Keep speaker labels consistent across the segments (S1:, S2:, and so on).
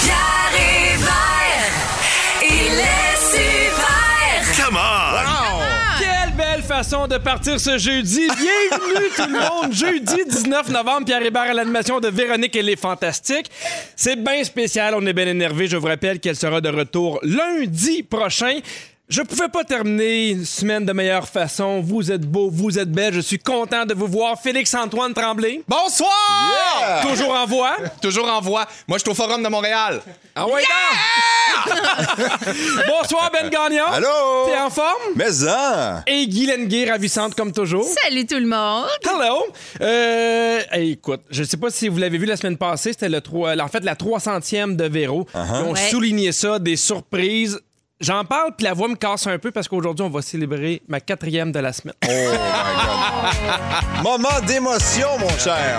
S1: Pierre Hébert, il est super!
S2: Come on!
S3: Quelle belle façon de partir ce jeudi. Bienvenue tout le monde. Jeudi 19 novembre, Pierre Hébert à l'animation de Véronique et les Fantastiques. C'est bien spécial, on est bien énervé. Je vous rappelle qu'elle sera de retour lundi prochain. Je pouvais pas terminer une semaine de meilleure façon. Vous êtes beau, vous êtes belle. Je suis content de vous voir. Félix-Antoine Tremblay,
S4: Bonsoir!
S3: toujours en voix.
S4: Toujours en voix. Moi, je suis au Forum de Montréal.
S3: Ah ouais, non! Bonsoir Ben Gagnon.
S5: Allô?
S3: T'es en forme?
S5: Mais hein?
S3: Et Guy Lenguy, ravissante comme toujours.
S6: Salut tout le monde!
S3: Hello! Euh, hey, écoute, je sais pas si vous l'avez vu la semaine passée, c'était le trois- en fait la 300e de Véro. Puis On
S6: Ouais.
S3: soulignait ça, des surprises. J'en parle, puis la voix me casse un peu parce qu'aujourd'hui, on va célébrer ma quatrième de la semaine.
S5: Moment d'émotion, mon cher.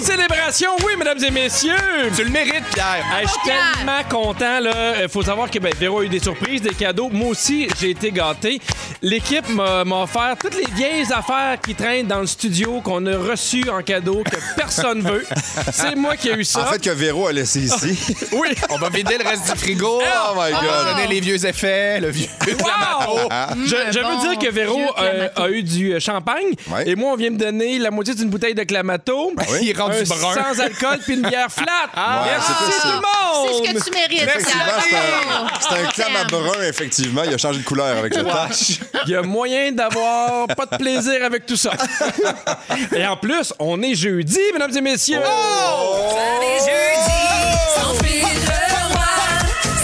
S3: Célébration, oui, mesdames et messieurs!
S4: Tu le mérites, Pierre.
S3: Hey, Ah, je suis
S6: Pierre!
S3: tellement content. Là. Euh, faut savoir que ben, Véro a eu des surprises, des cadeaux. Moi aussi, j'ai été gâté. L'équipe m'a m'a offert toutes les vieilles affaires qui traînent dans le studio qu'on a reçues en cadeau que personne veut. C'est moi qui ai eu ça.
S5: En fait, que Véro a laissé ici.
S3: oui.
S4: On va vider le reste du frigo.
S5: Oh my
S4: On va
S5: God.
S4: donner les vieux effets, le vieux
S3: Wow!
S4: clamato.
S3: Je, je veux
S6: bon
S3: dire que Véro
S6: vieux
S3: euh,
S6: Clamato.
S3: a eu du euh, champagne
S5: Ouais. Ben
S3: et moi, on vient me donner la moitié d'une bouteille de Clamato.
S4: Il rend
S3: un
S4: du brun.
S3: sans alcool puis une bière flat.
S5: Ah, Ouais,
S3: Merci
S5: c'est
S3: tout
S5: ça.
S3: le
S6: C'est
S5: Oh,
S3: monde!
S6: ce que tu mérites,
S5: Effectivement, c'est un-
S6: Pierre.
S5: c'est un clam à brun, effectivement. Il a changé de couleur avec le temps.
S3: Il y a moyen d'avoir pas de plaisir avec tout ça. Et en plus, on est jeudi, mesdames et messieurs.
S4: Oh!
S1: Les jeudis, sans fil le roi,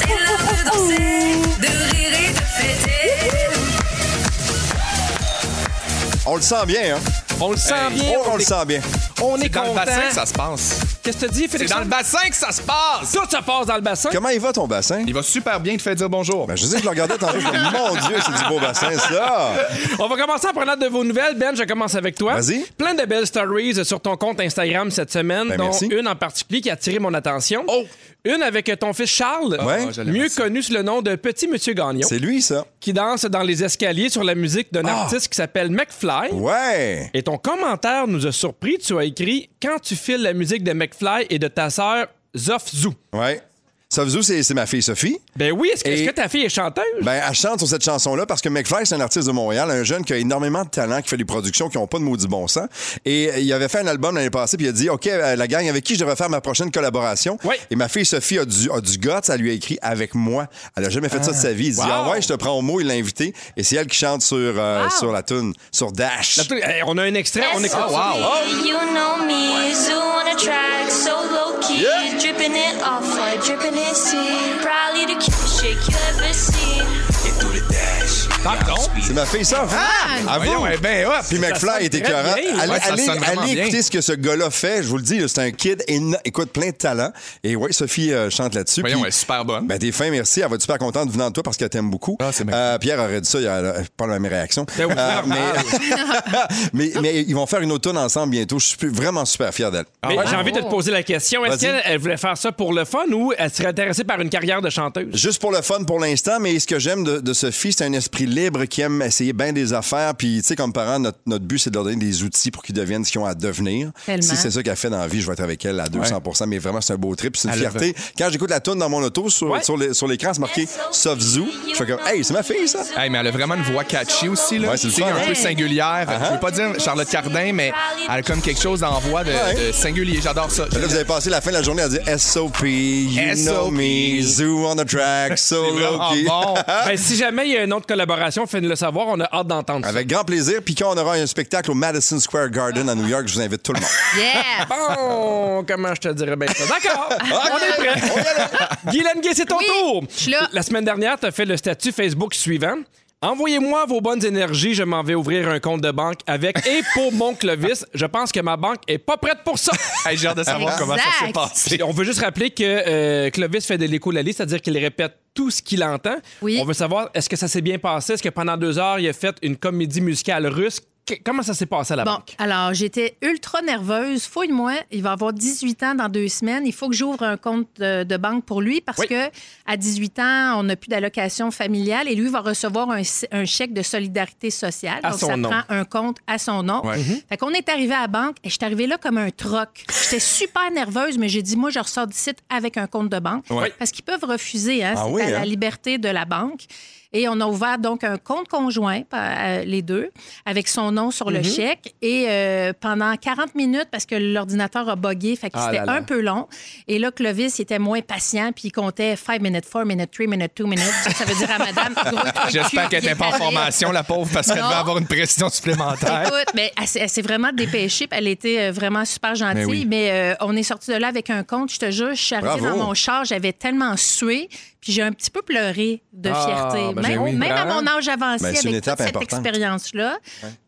S1: c'est l'heure de danser, de rire et de fêter.
S5: On le sent bien, hein?
S3: On le sent bien.
S5: Oh, on
S3: on,
S5: le
S3: est,
S5: sent bien.
S3: on est
S4: C'est dans le
S3: content.
S4: bassin que ça se passe.
S3: Qu'est-ce que tu dis,
S4: C'est
S3: Félix?
S4: dans le bassin que ça se passe.
S3: Tout se passe dans le bassin.
S5: Comment il va, ton bassin?
S4: Il va super bien te faire dire bonjour.
S5: Ben, je sais que je le regardais tantôt. je me dis, Mon Dieu, c'est du beau bassin, ça!
S3: On va commencer en prenant de vos nouvelles. Ben, je commence avec toi.
S5: Vas-y.
S3: Plein de belles stories sur ton compte Instagram cette semaine,
S5: Ben,
S3: dont
S5: merci.
S3: une en particulier qui a attiré mon attention.
S4: Oh!
S3: Une avec ton fils Charles,
S5: Ouais.
S4: Ah, je l'aime
S3: mieux
S4: ça.
S3: connu sous le nom de Petit Monsieur Gagnon,
S5: C'est lui, ça.
S3: qui danse dans les escaliers sur la musique d'un
S4: Ah!
S3: artiste qui s'appelle McFly.
S5: Ouais!
S3: Et ton commentaire nous a surpris. Tu as écrit Quand tu files la musique de McFly et de ta sœur Zofzou.
S5: Ouais. Sofzou, c'est c'est ma fille Sophie.
S3: Ben oui, est-ce que,
S5: Et-
S3: est-ce que ta fille est chanteuse?
S5: Ben, elle chante sur cette chanson-là parce que McFly, c'est un artiste de Montréal, un jeune qui a énormément de talent, qui fait des productions qui n'ont pas de maudit bon sens. Et euh, il avait fait un album l'année passée, puis il a dit OK, euh, la gang, avec qui je devrais faire ma prochaine collaboration
S3: Oui.
S5: Et ma fille Sophie a du, a du guts, elle lui a écrit Avec moi. Elle a jamais fait ça de sa vie. Il dit Ah ouais, je te prends au mot, il l'a invité. Et c'est elle qui chante sur, euh, sur la tune, sur Dash.
S3: La- Hey, on a un extrait, on écoute.
S4: wow.
S7: You know me, zoo on a track, so low key, dripping it off, like dripping it sea. Probably the cutest shit you ever seen.
S3: Ah,
S5: C'est ma fille Sophie.
S4: Ah, voyons, eh ben, hop.
S5: Puis McFly est
S3: sonne
S5: écœurant.
S3: très bien.
S5: Allez,
S4: Ouais, ça
S5: allez-
S4: sonne vraiment
S5: allez
S4: bien.
S5: écouter ce que ce gars-là fait. Je vous le dis, là, c'est un kid, éno- écoute, plein de talent. Et ouais, Sophie euh, chante là-dessus.
S4: Voyons,
S5: Puis-
S4: elle est super
S3: Ah.
S4: bonne.
S5: Ben, t'es fin, merci. Elle va être super contente venant de toi parce qu'elle t'aime beaucoup.
S4: Ah, c'est bien.
S5: Euh, Pierre aurait dit ça, il a euh, pas la même réaction. Euh,
S3: Ben oui, c'est
S5: mais, mais, mais ils vont faire une autre tourne ensemble bientôt. Je suis plus- vraiment super fier d'elle.
S3: Mais j'ai envie de te poser la question. Est-ce
S5: Vas-y.
S3: qu'elle elle voulait faire ça pour le fun ou elle serait intéressée par une carrière de chanteuse?
S5: Juste pour le fun pour l'instant, mais ce que j'aime de, de Sophie, c'est un esprit libre qui aime essayer bien des affaires. Puis, tu sais, comme parent, notre, notre but, c'est de leur donner des outils pour qu'ils deviennent ce qu'ils ont à devenir.
S6: Tellement.
S5: Si c'est ça qu'elle fait dans la vie, je vais être avec elle à 200 Mais vraiment, c'est un beau trip. C'est une
S4: Elle
S5: fierté. Quand j'écoute la tune dans mon auto, sur,
S3: Ouais.
S5: sur les- sur l'écran, c'est marqué Soft Zoo. Je fais comme, hey, c'est ma fille, ça.
S4: Hey, mais elle a vraiment une voix catchy aussi, là.
S5: Ouais, c'est le
S4: Tu sais,
S5: fun,
S4: un
S5: hein?
S4: peu singulière. Je veux pas dire Charlotte Cardin, mais elle a comme quelque chose en voix de,
S5: Ouais.
S4: de singulier. J'adore ça.
S5: Là, vous avez passé la fin de la journée à dire SOP, you know
S4: SOP.
S5: me, zoo on the track, so
S4: C'est vraiment
S5: low-key.
S4: bon.
S3: Ben, si jamais il y a une autre collaboration, fais-nous le savoir. On a hâte d'entendre ça.
S5: Avec grand plaisir. Puis quand on aura un spectacle au Madison Square Garden à New York, je vous invite tout le monde.
S2: Eh,
S6: Yeah!
S3: Bon, comment je te dirais bien ça? D'accord, on est prêt. Guylaine Gay, c'est ton
S6: Oui,
S3: tour.
S6: je suis là.
S3: La semaine dernière, tu as fait le statut Facebook suivant. Envoyez-moi vos bonnes énergies, je m'en vais ouvrir un compte de banque avec et pour mon Clovis. Je pense que ma banque est pas prête pour ça.
S4: Hey, J'ai hâte de savoir
S2: Exact.
S4: comment ça s'est passé.
S3: Et on veut juste rappeler que euh, Clovis fait de l'écolalie, c'est-à-dire qu'il répète tout ce qu'il entend.
S2: Oui.
S3: On veut savoir, est-ce que ça s'est bien passé? Est-ce que pendant deux heures, il a fait une comédie musicale russe? Que- comment ça s'est passé à la
S2: Bon,
S3: banque?
S2: alors j'étais ultra nerveuse. Fouille-moi, il va avoir 18 ans dans deux semaines. Il faut que j'ouvre un compte de, de banque pour lui parce
S3: Oui.
S2: que à 18 ans, on n'a plus d'allocation familiale et lui va recevoir un, un chèque de solidarité sociale.
S3: À
S2: Donc,
S3: son
S2: ça
S3: nom.
S2: prend un compte à son nom.
S5: Mhm.
S2: Fait qu'on est arrivé à la banque et je suis arrivée là comme un troc. J'étais super nerveuse, mais j'ai dit, moi, je ressors d'ici avec un compte de banque
S5: Ouais.
S2: parce qu'ils peuvent refuser. Hein,
S5: Ah
S2: c'est
S5: oui,
S2: à la
S5: hein?
S2: liberté de la banque. Et on a ouvert donc un compte conjoint, euh, les deux, avec son nom sur
S4: Mhm.
S2: le chèque. Et euh, pendant 40 minutes, parce que l'ordinateur a buggé, fait que
S3: Ah
S2: c'était
S3: là là.
S2: un peu long. Et là, Clovis il était moins patient, puis il comptait 5 minutes, 4 minutes, 3 minutes, 2 minutes. Ça, ça veut dire à madame. gros, t'as un
S4: J'espère
S2: cul
S4: qu'elle n'était pas
S2: bien
S4: en
S2: calé.
S4: formation, la pauvre, parce qu'elle
S2: Non.
S4: devait avoir une pression supplémentaire.
S2: Écoute, mais elle, s'est- elle s'est vraiment dépêchée, puis elle était euh, vraiment super gentille. Mais,
S5: Mais Ben oui.
S2: euh, on est sorti de là avec un compte, je te jure. Je suis arrivée
S5: Bravo.
S2: dans mon char, j'avais tellement sué, puis j'ai un petit peu pleuré de
S3: Ah,
S2: fierté.
S3: ben
S2: même
S3: oui,
S2: même à
S3: bravo.
S2: mon âge avancé,
S5: Ben, c'est une
S2: avec toute
S5: étape
S2: cette
S5: importante.
S2: expérience-là.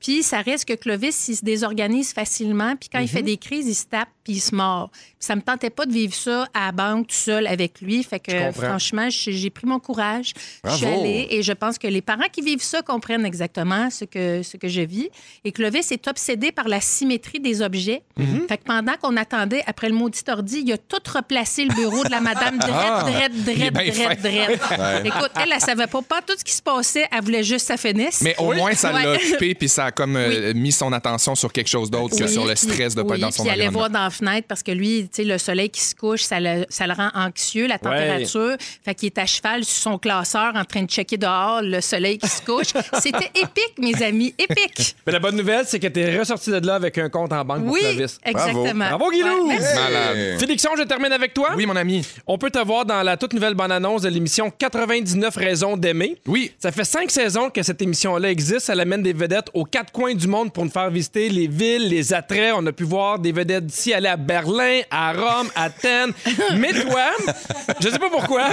S2: Puis ça reste que Clovis, il se désorganise facilement, puis quand il
S5: Mhm.
S2: fait des crises, il se tape, puis il se mord. Puis ça me tentait pas de vivre ça à la banque tout seul avec lui. Fait que
S3: comprends.
S2: franchement, j'ai j'ai pris mon courage. Je suis
S5: Bravo.
S2: allée et je pense que les parents qui vivent ça comprennent exactement ce que, ce que je vis. Et Clovis est obsédé par la symétrie des objets.
S4: Mhm.
S2: Fait que pendant qu'on attendait, après le maudit ordi, il a tout replacé le bureau de la madame drette, drette,
S4: Ah! il est
S2: drette,
S4: bien
S2: drette, drette. Écoute, elle, elle savait pas, pas tout ce qui se passait. Elle voulait juste que ça finisse.
S4: Mais au moins, ça l'a
S2: Ouais.
S4: occupé, puis ça a comme euh, mis son attention sur quelque chose d'autre que
S2: Oui,
S4: sur le
S2: puis-
S4: stress de ne pas
S2: oui,
S4: être dans son
S2: puis il allait
S4: environnement.
S2: voir dans la fenêtre parce que lui, tu sais, le soleil qui se couche, ça le, ça le rend anxieux, la température. Fait qu'il est à cheval sur son classeur en train de checker dehors le soleil qui se couche. C'était épique, mes amis, épique.
S3: Mais la bonne nouvelle, c'est que t'es ressorti de là avec un compte en banque
S2: Oui,
S3: pour Clovis.
S2: exactement.
S3: Bravo, Guilou!
S2: Ouais, merci.
S4: Malade.
S3: Félixon, je termine avec toi.
S4: Euh. Oui, mon ami.
S3: On peut te voir dans la toute nouvelle bande-annonce de l'émission 99 raisons d'aimer.
S4: Oui.
S3: Ça fait cinq saisons que cette émission-là existe. Elle amène des vedettes aux quatre coins du monde pour nous faire visiter les villes, les attraits. On a pu voir des vedettes d'ici aller à Berlin, à Rome, à Athènes. Mais toi, je sais pas pourquoi,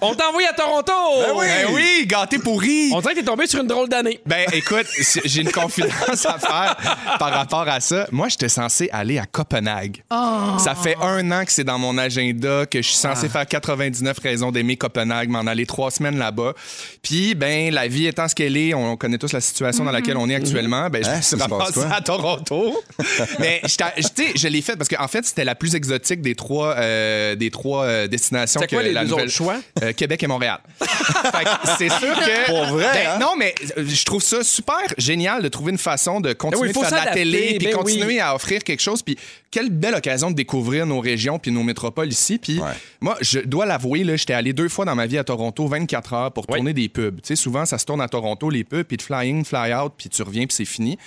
S3: on t'a envoyé à Toronto.
S4: Ben oui, gâté pourri.
S3: On dirait que t'es tombé sur une drôle d'année.
S4: Ben écoute, si- j'ai une confidence à faire par rapport à ça. Moi, j'étais censé aller à Copenhague.
S5: Oh.
S4: Ça fait un an que c'est dans mon agenda que je suis censé
S5: Ah.
S4: faire 99 raisons d'aimer Copenhague, m'en aller trois semaines là-bas. Puis ben la vie étant ce qu'elle est, on connaît tous la situation dans laquelle on est actuellement. Ben je
S5: Hein,
S4: me suis
S5: Mhm. ça se passe
S4: ramassé
S5: quoi?
S4: à Toronto. Mais j'étais- je- tu sais, je l'ai fait parce qu'en fait c'était la plus exotique des trois euh, des trois euh, destinations.
S3: C'est
S4: que
S3: quoi les
S4: la
S3: deux
S4: nouvelle...
S3: autres choix?
S4: Euh, Québec et Montréal. Fait que c'est sûr que.
S5: Pour vrai,
S4: Ben,
S5: hein?
S4: Non, mais euh, je trouve ça super génial de trouver une façon de continuer
S3: Ah oui, faut
S4: de faire de la
S3: s'adapter,
S4: télé, puis
S3: ben
S4: continuer
S3: oui.
S4: à offrir quelque chose. Puis quelle belle occasion de découvrir nos régions puis nos métropoles ici. Puis
S5: Ouais.
S4: moi, je dois l'avouer, là, j'étais allé deux fois dans ma vie à Toronto, 24 heures, pour
S3: Oui.
S4: tourner des pubs. Tu sais, souvent, ça se tourne à Toronto, les pubs, puis de fly-in, fly-out, puis tu reviens, puis c'est fini.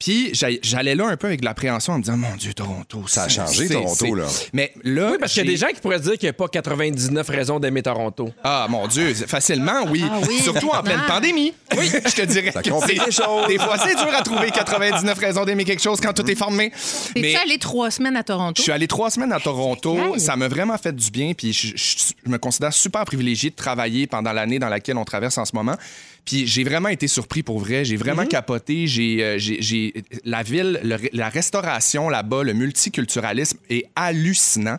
S4: Puis j'allais- j'allais là un peu avec de l'appréhension en me disant, mon Dieu, Toronto,
S5: Ça a
S4: c'est-
S5: changé,
S4: c'est-
S5: Toronto,
S4: c'est-
S5: là.
S4: Mais là.
S3: Oui, parce qu'il y a des
S4: j'ai-
S3: gens qui pourraient dire qu'il n'y a pas 99 raisons d'aimer Toronto.
S4: ah, mon Dieu, facilement, oui.
S2: Ah oui,
S4: Surtout en
S2: maintenant.
S4: pleine pandémie. Oui, je te dirais.
S5: Ça
S4: que
S5: complique
S4: c'est-
S5: les choses.
S4: Des fois, c'est dur à trouver 99 raisons d'aimer quelque chose quand tout est formé.
S2: Es-tu
S4: Mais
S2: allé trois semaines à Toronto?
S4: je suis allé trois semaines à Toronto.
S2: génial.
S4: Ça m'a vraiment fait du bien. Puis je, je- je me considère super privilégié de travailler pendant l'année dans laquelle on traverse en ce moment. Puis j'ai vraiment été surpris pour vrai. J'ai vraiment
S2: Mhm.
S4: capoté. J'ai, euh, j'ai- j'ai- la ville, le ré- la restauration là-bas, le multiculturalisme est hallucinant.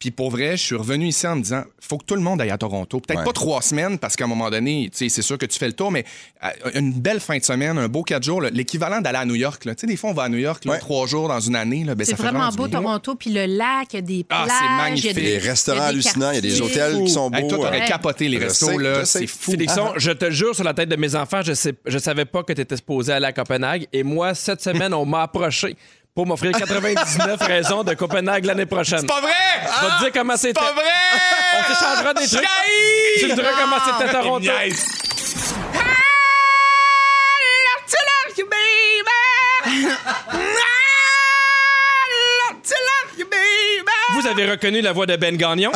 S4: Puis pour vrai, je suis revenu ici en me disant, faut que tout le monde aille à Toronto. Peut-être
S5: Ouais.
S4: pas trois semaines, parce qu'à un moment donné, tu sais, c'est sûr que tu fais le tour, mais euh, une belle fin de semaine, un beau quatre jours, là, l'équivalent d'aller à New York. là. Tu sais, des fois, on va à New York là,
S5: Ouais.
S4: trois jours dans une année. Là, ben,
S2: C'est
S4: ça fait
S2: vraiment
S4: du
S2: beau,
S4: bien.
S2: Toronto, puis le lac, il y a des
S4: Ah,
S2: plages.
S4: c'est
S2: il y a
S4: magnifique.
S2: des-
S4: Il y
S5: Les
S4: a
S5: restaurants
S2: des
S5: hallucinants, il y a des
S2: quartiers.
S5: hôtels qui sont
S4: Hey, toi,
S5: beaux.
S4: t'aurais
S5: hein.
S4: capoté les
S5: Je
S4: restos,
S5: sais,
S4: là.
S5: je sais.
S4: C'est fou. Ah.
S3: Félixon, je te jure sur la tête de mes enfants, je sais, je savais pas que tu étais supposé aller à Copenhague. Et moi, cette semaine, on m'a approché pour m'offrir 99 raisons de Copenhague l'année prochaine.
S4: C'est pas vrai!
S3: Je vais te dire comment c'était.
S4: Pas vrai! Ah!
S3: On s'échangera des trucs. Tu me diras comment c'était Toronto. Vous avez reconnu la voix de Ben Gagnon.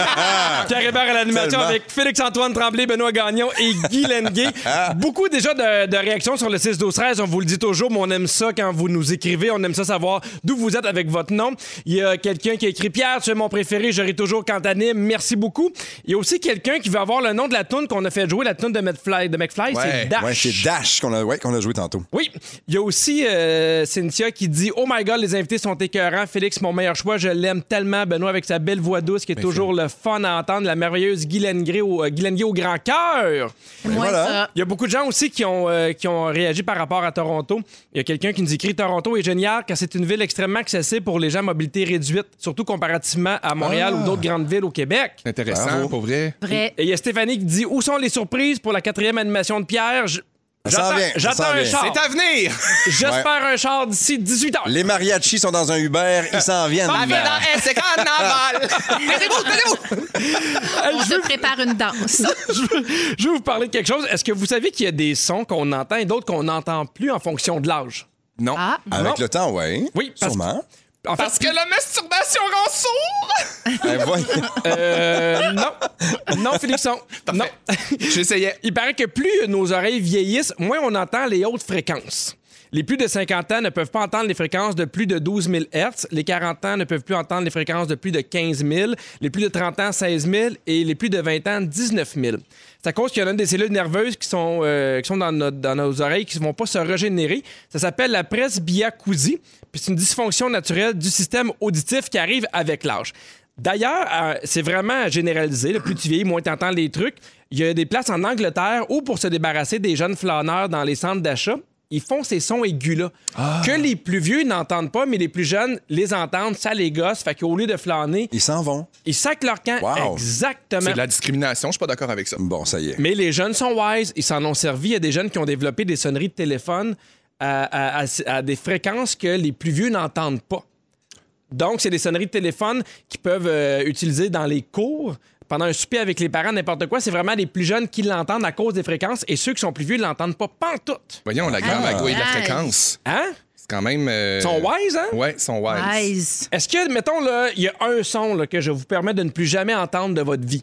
S3: Pierre Hébert à l'animation
S5: Tellement.
S3: avec Félix-Antoine Tremblay, Benoît Gagnon et Guy Lenguet. Beaucoup déjà de, de réactions sur le 6-12-13. On vous le dit toujours, mais on aime ça quand vous nous écrivez. On aime ça savoir d'où vous êtes avec votre nom. Il y a quelqu'un qui a écrit Pierre, tu es mon préféré, j'aurai toujours quand t'animes. Merci beaucoup. Il y a aussi quelqu'un qui veut avoir le nom de la toune qu'on a fait jouer, la toune de McFly. De McFly c'est
S4: Ouais,
S3: Dash.
S5: Ouais, c'est Dash qu'on a, ouais, qu'on a joué tantôt.
S3: Oui, il y a aussi euh, Cynthia qui dit Oh my god, les invités sont écœurants. Félix, mon meilleur choix, je l'aime tellement. Benoît avec sa belle voix douce qui est toujours le fun à entendre. La merveilleuse Guylaine Gray au, euh, Guylaine Gay au grand cœur.
S2: Moi,
S5: voilà.
S2: ça.
S3: Il y a beaucoup de gens aussi qui ont, euh, qui ont réagi par rapport à Toronto. Il y a quelqu'un qui nous écrit Toronto est génial car c'est une ville extrêmement accessible pour les gens à mobilité réduite, surtout comparativement à Montréal
S5: Ah.
S3: ou d'autres grandes villes au Québec.
S4: C'est intéressant,
S5: Bravo.
S4: pour vrai.
S2: Vrai.
S3: Et il y a Stéphanie qui dit Où sont les surprises pour la quatrième animation de Pierre Je-
S5: Ça s'en
S3: J'attends
S5: vient, ça
S3: j'attends
S5: s'en
S3: un
S5: vient.
S3: char.
S4: C'est à venir!
S3: J'espère un char d'ici 18 heures.
S5: Les mariachis sont dans un Uber, ils s'en viennent.
S4: c'est carnaval! Tenez-vous, tenez-vous!
S2: On se prépare une danse.
S3: je, veux, je veux vous parler de quelque chose. Est-ce que vous savez qu'il y a des sons qu'on entend et d'autres qu'on n'entend plus en fonction de l'âge?
S4: Non.
S2: Ah,
S5: Avec
S3: Non.
S5: le temps, ouais.
S3: Oui, parce
S5: Sûrement.
S3: En
S4: Parce que la masturbation rend sourd!
S5: Ben, voyons.
S3: euh, non. Non, Félixon. Non.
S4: J'essayais.
S3: Il paraît que plus nos oreilles vieillissent, moins on entend les hautes fréquences. Les plus de 50 ans ne peuvent pas entendre les fréquences de plus de 12 000 Hz. Les 40 ans ne peuvent plus entendre les fréquences de plus de 15 000. Les plus de 30 ans, 16 000. Et les plus de 20 ans, 19 000. C'est à cause qu'il y en a des cellules nerveuses qui sont, euh, qui sont dans, notre- dans nos oreilles qui ne vont pas se régénérer. Ça s'appelle la presbyacousie. Puis c'est une dysfonction naturelle du système auditif qui arrive avec l'âge. D'ailleurs, euh, c'est vraiment généralisé. Le plus tu vieillis, moins tu entends les trucs. Il y a des places en Angleterre où, pour se débarrasser des jeunes flâneurs dans les centres d'achat, ils font ces sons aigus-là.
S4: Ah.
S3: Que les plus vieux n'entendent pas, mais les plus jeunes les entendent, ça les gosse. Fait qu'au lieu de flâner,
S5: Ils s'en vont.
S3: ils sacent leur camp.
S5: Wow.
S3: Exactement.
S4: C'est de la discrimination, je suis pas d'accord avec ça.
S5: Bon, ça y est.
S3: Mais les jeunes sont wise, ils s'en ont servi. Il y a des jeunes qui ont développé des sonneries de téléphone à, à- à- à des fréquences que les plus vieux n'entendent pas. Donc, c'est des sonneries de téléphone qui peuvent euh, utiliser dans les cours. Pendant un souper avec les parents, n'importe quoi, c'est vraiment les plus jeunes qui l'entendent à cause des fréquences et ceux qui sont plus vieux ne l'entendent pas pantoute.
S4: Voyons, la gamme
S5: Ah.
S4: à et la
S2: nice.
S4: fréquence.
S3: Hein?
S4: C'est quand même. euh,
S3: Ils sont wise, hein?
S4: Ouais, ils sont wise.
S2: nice.
S3: Est-ce que, mettons, là, il y a un son là, que je vous permets de ne plus jamais entendre de votre vie?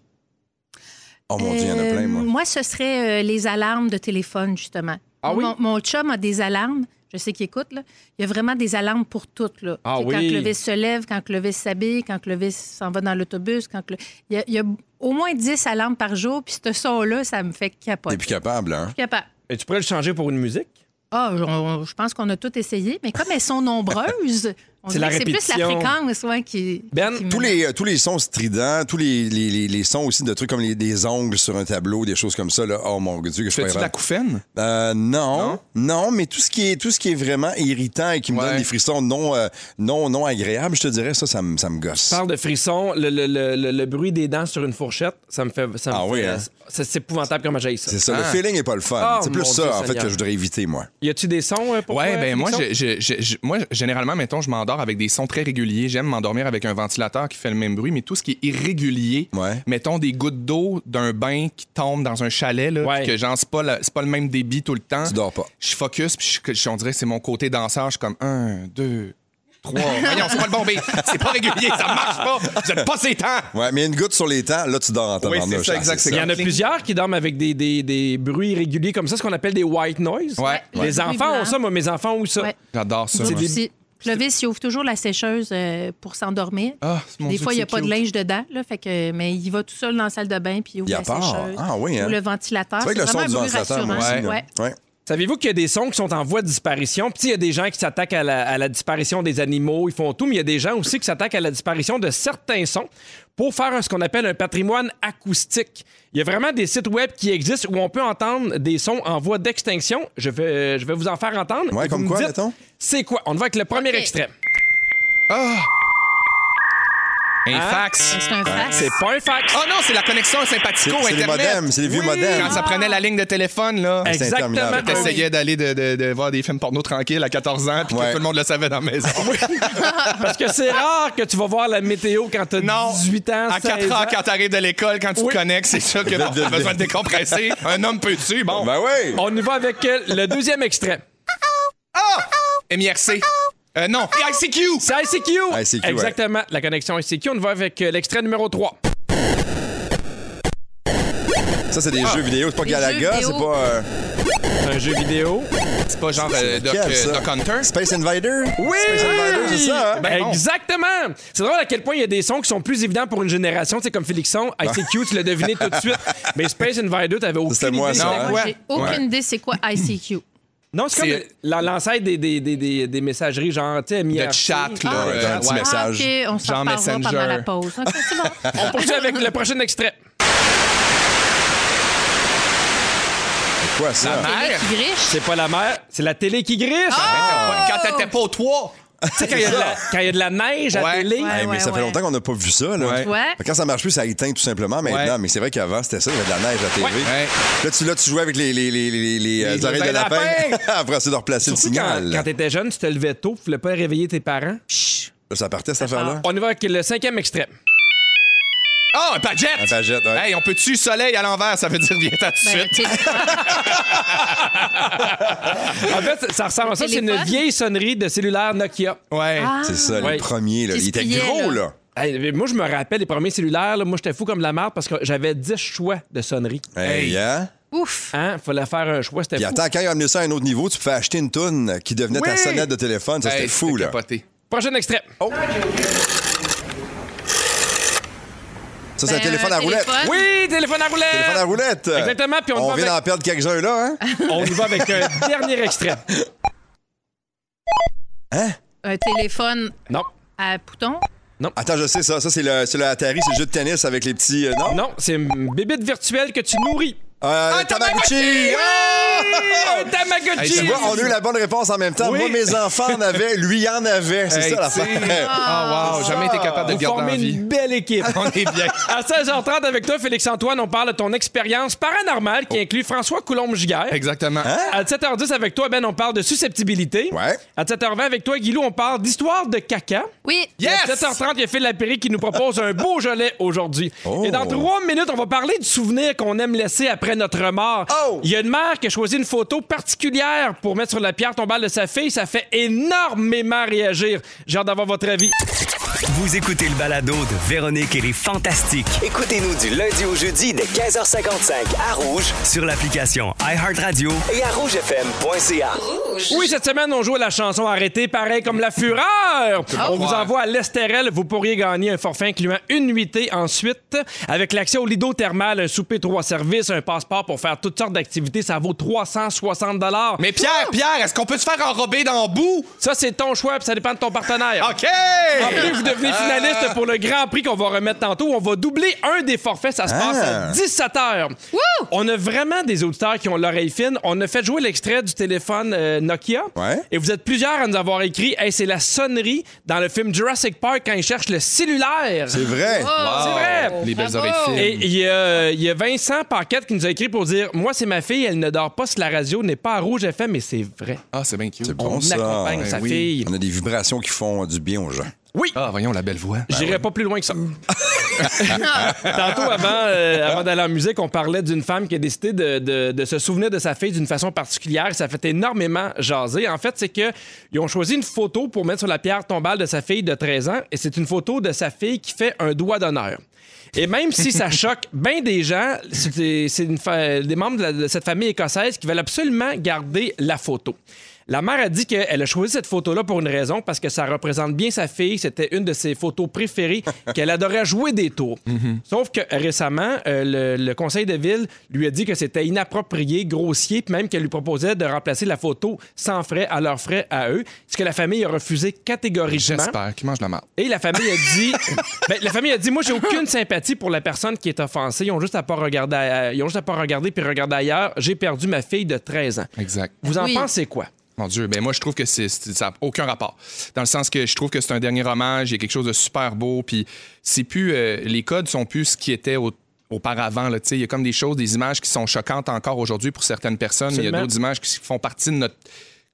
S5: Oh mon Dieu, il y en a
S2: Euh,
S5: plein, moi.
S2: Moi, ce serait euh, les alarmes de téléphone, justement.
S3: Ah
S2: Mon-
S3: oui?
S2: Mon chum a des alarmes. Je sais qu'il écoute, là. Il y a vraiment des alarmes pour toutes, là.
S3: Ah
S2: Tu sais,
S3: oui.
S2: Quand que le vice se lève, quand que le vice s'habille, quand que le vice s'en va dans l'autobus, quand que le- il, y a, il y a au moins 10 alarmes par jour, puis ce son-là, ça me fait capoter.
S5: T'es plus capable, hein?
S2: Je suis capable.
S3: Et tu pourrais le changer pour une musique?
S2: Ah, on- je pense qu'on a tout essayé, mais comme elles sont nombreuses, on
S3: C'est la
S2: dirait que c'est plus la
S3: répétition.
S2: fréquence ouais, qui.
S3: Ben,
S2: qui me-
S4: Mhm.
S5: Tous les, euh, tous les sons stridents, tous les, les, les, les sons aussi de trucs comme les, des ongles sur un tableau, des choses comme ça, là. Oh mon Dieu, que je suis pas
S4: Fais-tu de la
S5: capable.
S4: couffaine?
S5: Euh, non, non, mais tout ce qui est tout ce qui est vraiment irritant et qui me
S4: Ouais.
S5: donne des frissons non euh, non non agréables, je te dirais ça ça me ça me gosse.
S3: parle de frisson, le, le- le- le- le bruit des dents sur une fourchette, ça me fait. Ça me
S5: Ah
S3: fait-
S5: oui, hein?
S3: c'est, c'est épouvantable comme j'ai ça.
S5: C'est ça, le
S4: Ah.
S5: feeling est pas le fun.
S3: Oh,
S5: c'est plus
S3: mon
S5: ça
S3: Dieu
S5: en fait
S3: Seigneur.
S5: que je voudrais éviter moi.
S4: Hein?
S3: Y a-tu des sons euh, pour
S4: Ouais,
S3: toi,
S4: ben moi,
S3: Félixon?
S4: je, je- je- je- moi, généralement, mettons, je m'endors avec des sons très réguliers. J'aime m'endormir avec un ventilateur qui fait le même bruit, mais tout ce qui est irrégulier,
S5: Ouais.
S4: mettons des gouttes d'eau d'un bain qui tombe dans un chalet, là,
S3: Ouais.
S4: puis que genre, c'est pas, la- c'est pas le même débit tout le temps.
S5: Tu dors pas.
S4: Je focus, puis je, je- on dirait que c'est mon côté danseur. Je suis comme un, deux, trois. Voyons, c'est pas le bon beat. C'est pas régulier, ça marche pas. Vous êtes pas ces temps.
S5: Ouais, mais une goutte sur les temps, là tu dors en temps
S4: Oui, c'est ça, exact, c'est
S3: Il y en a
S4: Cling.
S3: plusieurs qui dorment avec des, des- des bruits réguliers comme ça, ce qu'on appelle des white noise.
S4: Ouais,
S3: Les
S2: ouais.
S3: enfants ont ça, moi, mes enfants ont ça.
S2: Ouais.
S4: J'adore ça.
S2: Moi
S3: C'est des-
S2: aussi. Clovis, il ouvre toujours la sécheuse euh, pour s'endormir.
S4: Ah, mon
S2: des
S4: Dieu,
S2: fois, il n'y a
S4: c'est
S2: pas de
S4: cute.
S2: linge dedans, là, fait que, mais il va tout seul dans la salle de bain, puis il ouvre
S5: Il a
S2: la
S5: peur.
S2: sécheuse,
S5: Ah oui,
S2: il
S5: hein?
S2: ouvre le ventilateur.
S5: C'est vrai que le son
S2: Ah, vraiment
S5: du
S2: un bruit
S5: ventilateur, moi aussi.
S2: rassurant.
S5: là.
S2: Ouais.
S5: Ouais.
S3: Savez-vous qu'il y a des sons qui sont en voie de disparition? Puis tu sais, il y a des gens qui s'attaquent à la, à la disparition des animaux, ils font tout, mais il y a des gens aussi qui s'attaquent à la disparition de certains sons pour faire un- ce qu'on appelle un patrimoine acoustique. Il y a vraiment des sites web qui existent où on peut entendre des sons en voie d'extinction. Je vais, euh, je vais vous en faire entendre.
S5: Ouais,
S3: Et vous
S5: comme
S3: me
S5: quoi,
S3: dites,
S5: mettons?
S3: C'est quoi? On va avec le premier
S2: Ok.
S3: extrême.
S4: Un
S3: Hein?
S4: fax.
S2: C'est un fax.
S3: C'est pas un fax.
S4: Oh non, c'est la connexion
S5: C'est
S4: sympathico
S5: c'est les
S4: Internet.
S5: modems, c'est les vieux
S3: Oui.
S5: modems.
S4: Quand ça prenait la ligne de téléphone, là.
S5: c'est
S3: Exactement.
S5: interminable.
S3: Ah oui.
S4: T'essayais d'aller de, de- de voir des films porno tranquille à 14 ans, puis que
S5: Ouais.
S4: tout le monde le savait dans la maison.
S3: Parce que c'est rare que tu vas voir la météo quand t'as
S4: Non.
S3: 18 ans,
S4: à 4
S3: 16
S4: ans,
S3: ans.
S4: quand t'arrives de l'école, quand tu
S3: Oui.
S4: te connectes, c'est ça que t'as
S5: vite,
S4: besoin de décompresser. Un homme peut-tu? Bon.
S5: Ben oui.
S3: On y va avec euh, le deuxième extrait.
S4: MIRC. Euh, non, ICQ!
S3: C'est ICQ.
S5: ICQ, ouais.
S3: Exactement. La connexion ICQ. On va avec euh, l'extrait numéro 3.
S4: Oh.
S5: Ça, c'est des
S4: Ah.
S5: jeux vidéo. C'est pas
S2: Des
S5: Galaga,
S2: jeux
S5: c'est
S2: vidéo.
S5: pas euh,
S3: C'est un jeu vidéo.
S4: C'est pas genre euh, Doc,
S5: lequel,
S4: euh,
S5: ça?
S4: Doc Hunter?
S5: Space Invader.
S3: Oui!
S5: Space Invader, c'est ça, hein?
S4: Ben non.
S3: Exactement! C'est drôle à quel point il y a des sons qui sont plus évidents pour une génération. Tu sais, comme Félixon, ICQ, tu l'as deviné tout de suite. Mais Space Invader, t'avais aucune
S5: C'était
S3: idée.
S5: moi, Ah. ça,
S3: c'était
S5: hein?
S3: quoi.
S2: Moi, j'ai aucune idée c'est quoi ICQ.
S3: Non, c'est comme
S4: C'est-
S3: la- l'ancêtre des, des, des, des, des messageries, genre, tu sais,
S4: Le
S3: MIRC.
S4: chat, là.
S5: ouais,
S4: euh,
S5: un petit
S4: ouais.
S5: message.
S2: Ah, OK, on s'en
S4: Jean
S2: reparlera pendant
S4: Messenger.
S2: la pause. OK, c'est bon.
S3: On poursuit avec le prochain extrait.
S5: C'est quoi ça?
S4: Mère?
S2: Qui griche.
S3: C'est pas la mer, c'est la télé qui griche.
S4: Ah! Quand t'étais Ben pas au toit!
S3: Tu sais, quand il y a de la- quand il y a de la neige à la
S4: Ouais.
S3: télé.
S2: Ouais.
S5: Hey, mais ça fait longtemps qu'on n'a pas vu ça. Là.
S4: Ouais.
S2: Ouais.
S5: Quand ça marche plus, ça éteint tout simplement maintenant.
S4: Ouais.
S5: Mais c'est vrai qu'avant, c'était ça. Il y avait de la neige à TV.
S4: Ouais.
S5: Là, tu, là, tu jouais avec les, les, les, les, les, euh,
S4: Les
S5: oreilles de
S4: oreilles de
S5: lapin.
S4: lapin.
S5: Après, c'est de replacer le
S3: Surtout quand,
S5: signal.
S3: quand t'étais jeune, tu te levais tôt, tu voulais pas réveiller tes parents.
S5: Ça partait, cette affaire-là.
S3: On y va avec le cinquième extrait.
S4: Oh, un Padgett!
S5: Un Padgett, ouais.
S4: Hey, on peut-tu soleil à l'envers? Ça veut dire viens-t'en tout de
S2: Ben,
S4: suite.
S2: t'es-
S3: En fait, ça ressemble à ça, c'est une
S2: Téléphone?
S3: vieille sonnerie de cellulaire Nokia.
S4: Ouais.
S2: Ah,
S5: C'est ça,
S3: Ouais.
S5: les premiers. Là.
S2: Qui
S5: Ils
S2: se
S5: étaient
S2: pliaient,
S5: gros,
S2: là.
S5: là.
S3: Hey, mais moi, je me rappelle les premiers cellulaires. là, moi, j'étais fou comme la merde parce que j'avais 10 choix de sonnerie.
S5: Hey, hein?
S2: Ouf.
S3: Hein? Fallait faire un choix, c'était
S5: Puis
S3: fou.
S5: attends, quand ils ont amené ça à un autre niveau, tu pouvais acheter une toune qui devenait ta
S4: Oui.
S5: sonnette de téléphone. Ça, c'était
S4: Hey,
S5: fou, là.
S4: capoté.
S3: Prochain extrait.
S5: Oh. Ça, c'est un
S2: Ben,
S5: téléphone à roulette.
S2: téléphone.
S3: Oui, téléphone à roulette.
S5: Téléphone à roulette.
S3: Exactement, puis on
S5: on
S3: va
S5: vient
S3: avec-
S5: d'en perdre quelques-uns, là. Hein?
S3: On y va avec un dernier extrait.
S2: Un téléphone
S3: Non.
S2: à bouton.
S5: Attends, je sais ça. Ça, c'est le, c'est le Atari, c'est le jeu de tennis avec les petits. euh, non?
S3: Non, c'est une bébite virtuelle que tu nourris.
S5: Euh,
S3: Ah,
S4: Un Tamagotchi!
S5: Tamagotchi!
S3: Un
S4: Hey,
S3: Tamagotchi!
S4: tu
S5: Oh! Tu vois, on a eu la bonne réponse en même temps.
S3: Oui.
S5: Moi, mes enfants en avaient, lui en avait. C'est
S4: Hey,
S5: ça la
S4: tu sais.
S5: fin.
S4: Ah, wow, jamais été capable de le
S3: Vous
S4: garder en
S3: formez
S4: vie.
S3: une belle équipe.
S4: On est bien.
S3: À 16h30 avec toi, Félix-Antoine, on parle de ton expérience paranormale
S5: Oh.
S3: qui inclut François Coulombe-Giguère.
S4: Exactement.
S5: Hein?
S3: À 7h10 avec toi, Ben, on parle de susceptibilité.
S5: Ouais.
S3: À 7h20 avec toi, Guilou, on parle d'histoire de caca.
S2: Oui.
S3: À 7h30, il y a Phil Lapéry qui nous propose un beau Beaujolais aujourd'hui.
S5: Oh.
S3: Et dans trois minutes, on va parler du souvenir qu'on aime laisser après notre mort.
S5: Oh.
S3: Il y a une mère qui a choisi une photo particulière pour mettre sur la pierre tombale de sa fille. Ça fait énormément réagir. J'ai hâte d'avoir votre avis.
S6: Vous écoutez le balado de Véronique et les Fantastiques
S8: Écoutez-nous du lundi au jeudi dès 15h55 à Rouge
S6: sur l'application iHeartRadio.
S8: et à rougefm.ca.
S3: Oui, cette semaine, on joue à la chanson Arrêtée, pareil comme La Fureur. On vous
S4: croire.
S3: envoie à l'Estérel. Vous pourriez gagner un forfait incluant une nuitée ensuite. Avec l'accès au Lido Thermal, un souper, trois services, un passeport pour faire toutes sortes d'activités, ça vaut 360
S4: Mais
S5: Ah!
S4: Pierre, Pierre, est-ce qu'on peut se faire enrober dans le bout?
S3: Ça, c'est ton choix, puis ça dépend de ton partenaire.
S4: OK!
S5: Ah,
S3: En plus, vous devenez finaliste pour le Grand Prix qu'on va remettre tantôt. On va doubler un des forfaits. Ça se
S5: Ah.
S3: passe à 17 h. On a vraiment des auditeurs qui ont l'oreille fine. On a fait jouer l'extrait du téléphone euh, Nokia.
S5: Ouais.
S3: Et vous êtes plusieurs à nous avoir écrit Hey, c'est la sonnerie dans le film Jurassic Park quand ils cherchent le cellulaire. Ah,
S5: C'est vrai.
S2: Oh,
S3: C'est vrai.
S4: Les belles
S2: Bravo.
S4: oreilles fines.
S3: Et il y, a- euh, il y a Vincent Paquette qui nous a écrit pour dire Moi, c'est ma fille, elle ne dort pas si la radio n'est pas à rouge FM, mais c'est vrai.
S4: Ah, c'est bien cute.
S5: C'est bon,
S3: On
S5: ça.
S3: accompagne
S5: Ouais,
S3: sa
S5: Ben oui.
S3: fille.
S5: On a des vibrations qui font du bien aux gens.
S3: Oui.
S4: Ah, voyons la belle voix.
S3: J'irai pas plus loin que ça. Tantôt, avant, euh, avant d'aller en musique, on parlait d'une femme qui a décidé de, de- de se souvenir de sa fille d'une façon particulière. Ça fait énormément jaser. En fait, c'est que ils ont choisi une photo pour mettre sur la pierre tombale de sa fille de 13 ans. Et c'est une photo de sa fille qui fait un doigt d'honneur. Et même si ça choque bien des gens, c'est c'est une fa- des membres de, la- de cette famille écossaise qui veulent absolument garder la photo. La mère a dit qu'elle a choisi cette photo-là pour une raison, parce que ça représente bien sa fille. C'était une de ses photos préférées, qu'elle adorait jouer des tours. Sauf que récemment, euh, le, le conseil de ville lui a dit que c'était inapproprié, grossier, puis même qu'elle lui proposait de remplacer la photo sans frais, à leurs frais, à eux, ce que la famille a refusé catégoriquement.
S4: J'espère qu'il mange de la marde.
S3: Et la famille a dit, ben, la famille a dit, moi j'ai aucune sympathie pour la personne qui est offensée. Ils ont juste à pas regarder, à- ils ont juste à pas regarder puis regarder ailleurs. J'ai perdu ma fille de 13 ans.
S4: Exact.
S3: Vous en
S2: Oui.
S3: pensez quoi
S4: Mon Dieu, ben moi je trouve que c'est c'est- ça n'a aucun rapport. Dans le sens que je trouve que c'est un dernier hommage, il y a quelque chose de super beau, puis c'est plus euh, les codes sont plus ce qui était au- auparavant là, tu sais, il y a comme des choses, des images qui sont choquantes encore aujourd'hui pour certaines personnes, mais il y a
S3: Absolument.
S4: d'autres images qui font partie de notre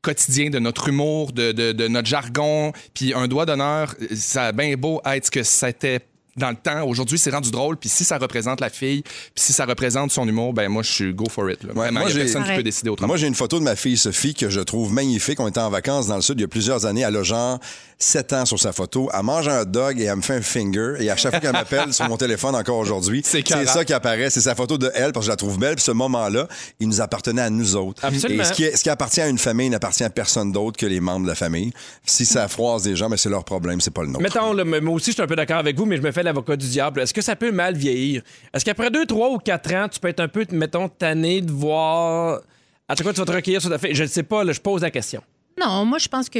S4: quotidien, de notre humour, de, de- de notre jargon, puis un doigt d'honneur, ça a bien beau être ce que c'était dans le temps. Aujourd'hui, c'est rendu drôle. Puis si ça représente la fille, puis si ça représente son humour, ben moi, je suis go for it. là. Vraiment,
S5: moi,
S4: il y a
S5: j'ai-
S4: personne qui
S2: Ouais.
S4: peut décider autrement.
S5: Moi, j'ai une photo de ma fille Sophie que je trouve magnifique. On était en vacances dans le sud il y a plusieurs années. Elle a genre 7 ans sur sa photo. Elle mange un hot dog et elle me fait un finger. Et à chaque fois qu'elle m'appelle sur mon téléphone encore aujourd'hui,
S4: C'est
S5: c'est
S4: carré.
S5: ça qui apparaît. C'est sa photo de elle parce que je la trouve belle. Puis ce moment-là, il nous appartenait à nous autres.
S3: Absolument.
S5: Et ce qui, est- ce qui appartient à une famille n'appartient à personne d'autre que les membres de la famille. Si ça froisse des gens, mais c'est leur problème, c'est pas le nôtre.
S3: Mettons, là, mais- moi aussi, je suis un peu d'accord avec vous, mais je me fais l'avocat du diable. Est-ce que ça peut mal vieillir? Est-ce qu'après 2, 3 ou 4 ans, tu peux être un peu, mettons, tanné de voir. En tout cas, tu vas te recueillir sur ta fille. Je ne sais pas, là, je pose la question.
S2: Non, moi, je pense que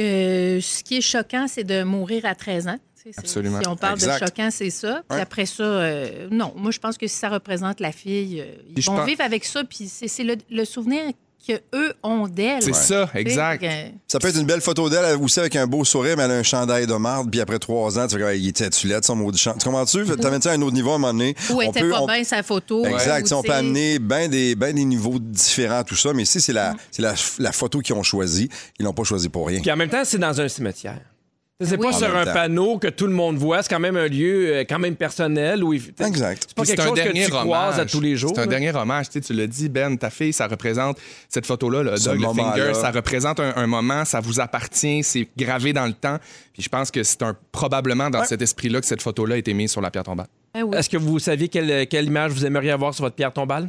S2: ce qui est choquant, c'est de mourir à 13 ans. Tu sais, c'est-
S4: Absolument.
S2: Si on parle
S5: Exact.
S2: de choquant, c'est ça. Puis
S5: Ouais.
S2: après ça, euh, non. Moi, je pense que si ça représente la fille, euh, ils
S4: je
S2: vont
S4: pense-
S2: vivre avec ça. Puis c'est c'est le, le souvenir qu'eux ont d'elle.
S4: C'est ça,
S2: Tu sais,
S4: exact.
S2: que- euh,
S5: Ça peut être une belle photo d'elle aussi avec un beau sourire, mais elle a un chandail de marde, puis après trois ans, tu fais comme, Hey, il était-tu laid, son maudit chandail? Tu comprends-tu? T'amènes-tu à un autre niveau à un moment donné?
S2: Ou
S5: On
S2: était
S5: peut-
S2: pas
S5: on-
S2: bien sa photo.
S5: Exact.
S2: ou
S5: Tu sais, on
S2: tu
S5: peut
S2: sais-
S5: amener bien des, ben des niveaux différents, tout ça, mais ici, c'est
S4: Mm.
S5: la, c'est la, la photo qu'ils ont choisie. Ils l'ont pas choisi pour rien.
S3: Puis en même temps, c'est dans un cimetière. C'est
S2: Oui.
S3: pas
S2: En
S3: sur
S5: Ah même
S3: un
S5: temps.
S3: panneau que tout le monde voit. C'est quand même un lieu euh, quand même personnel où il... C'est
S5: Exact.
S3: pas
S4: Puis
S3: quelque
S4: c'est un
S3: chose que
S4: dernier
S3: tu croises
S4: hommage.
S3: à tous les jours.
S4: C'est un
S3: là.
S4: dernier hommage. Tu, sais, tu l'as dit, Ben, ta fille, ça représente cette photo-là, le
S5: Ce
S4: dog, le
S5: moment-là.
S4: finger, ça représente un, un moment, ça vous appartient, c'est gravé dans le temps. Puis je pense que c'est un, probablement dans cet esprit-là que cette photo-là a été mise sur la pierre tombale.
S2: Ben oui.
S3: Est-ce que vous saviez quelle, quelle image vous aimeriez avoir sur votre pierre tombale?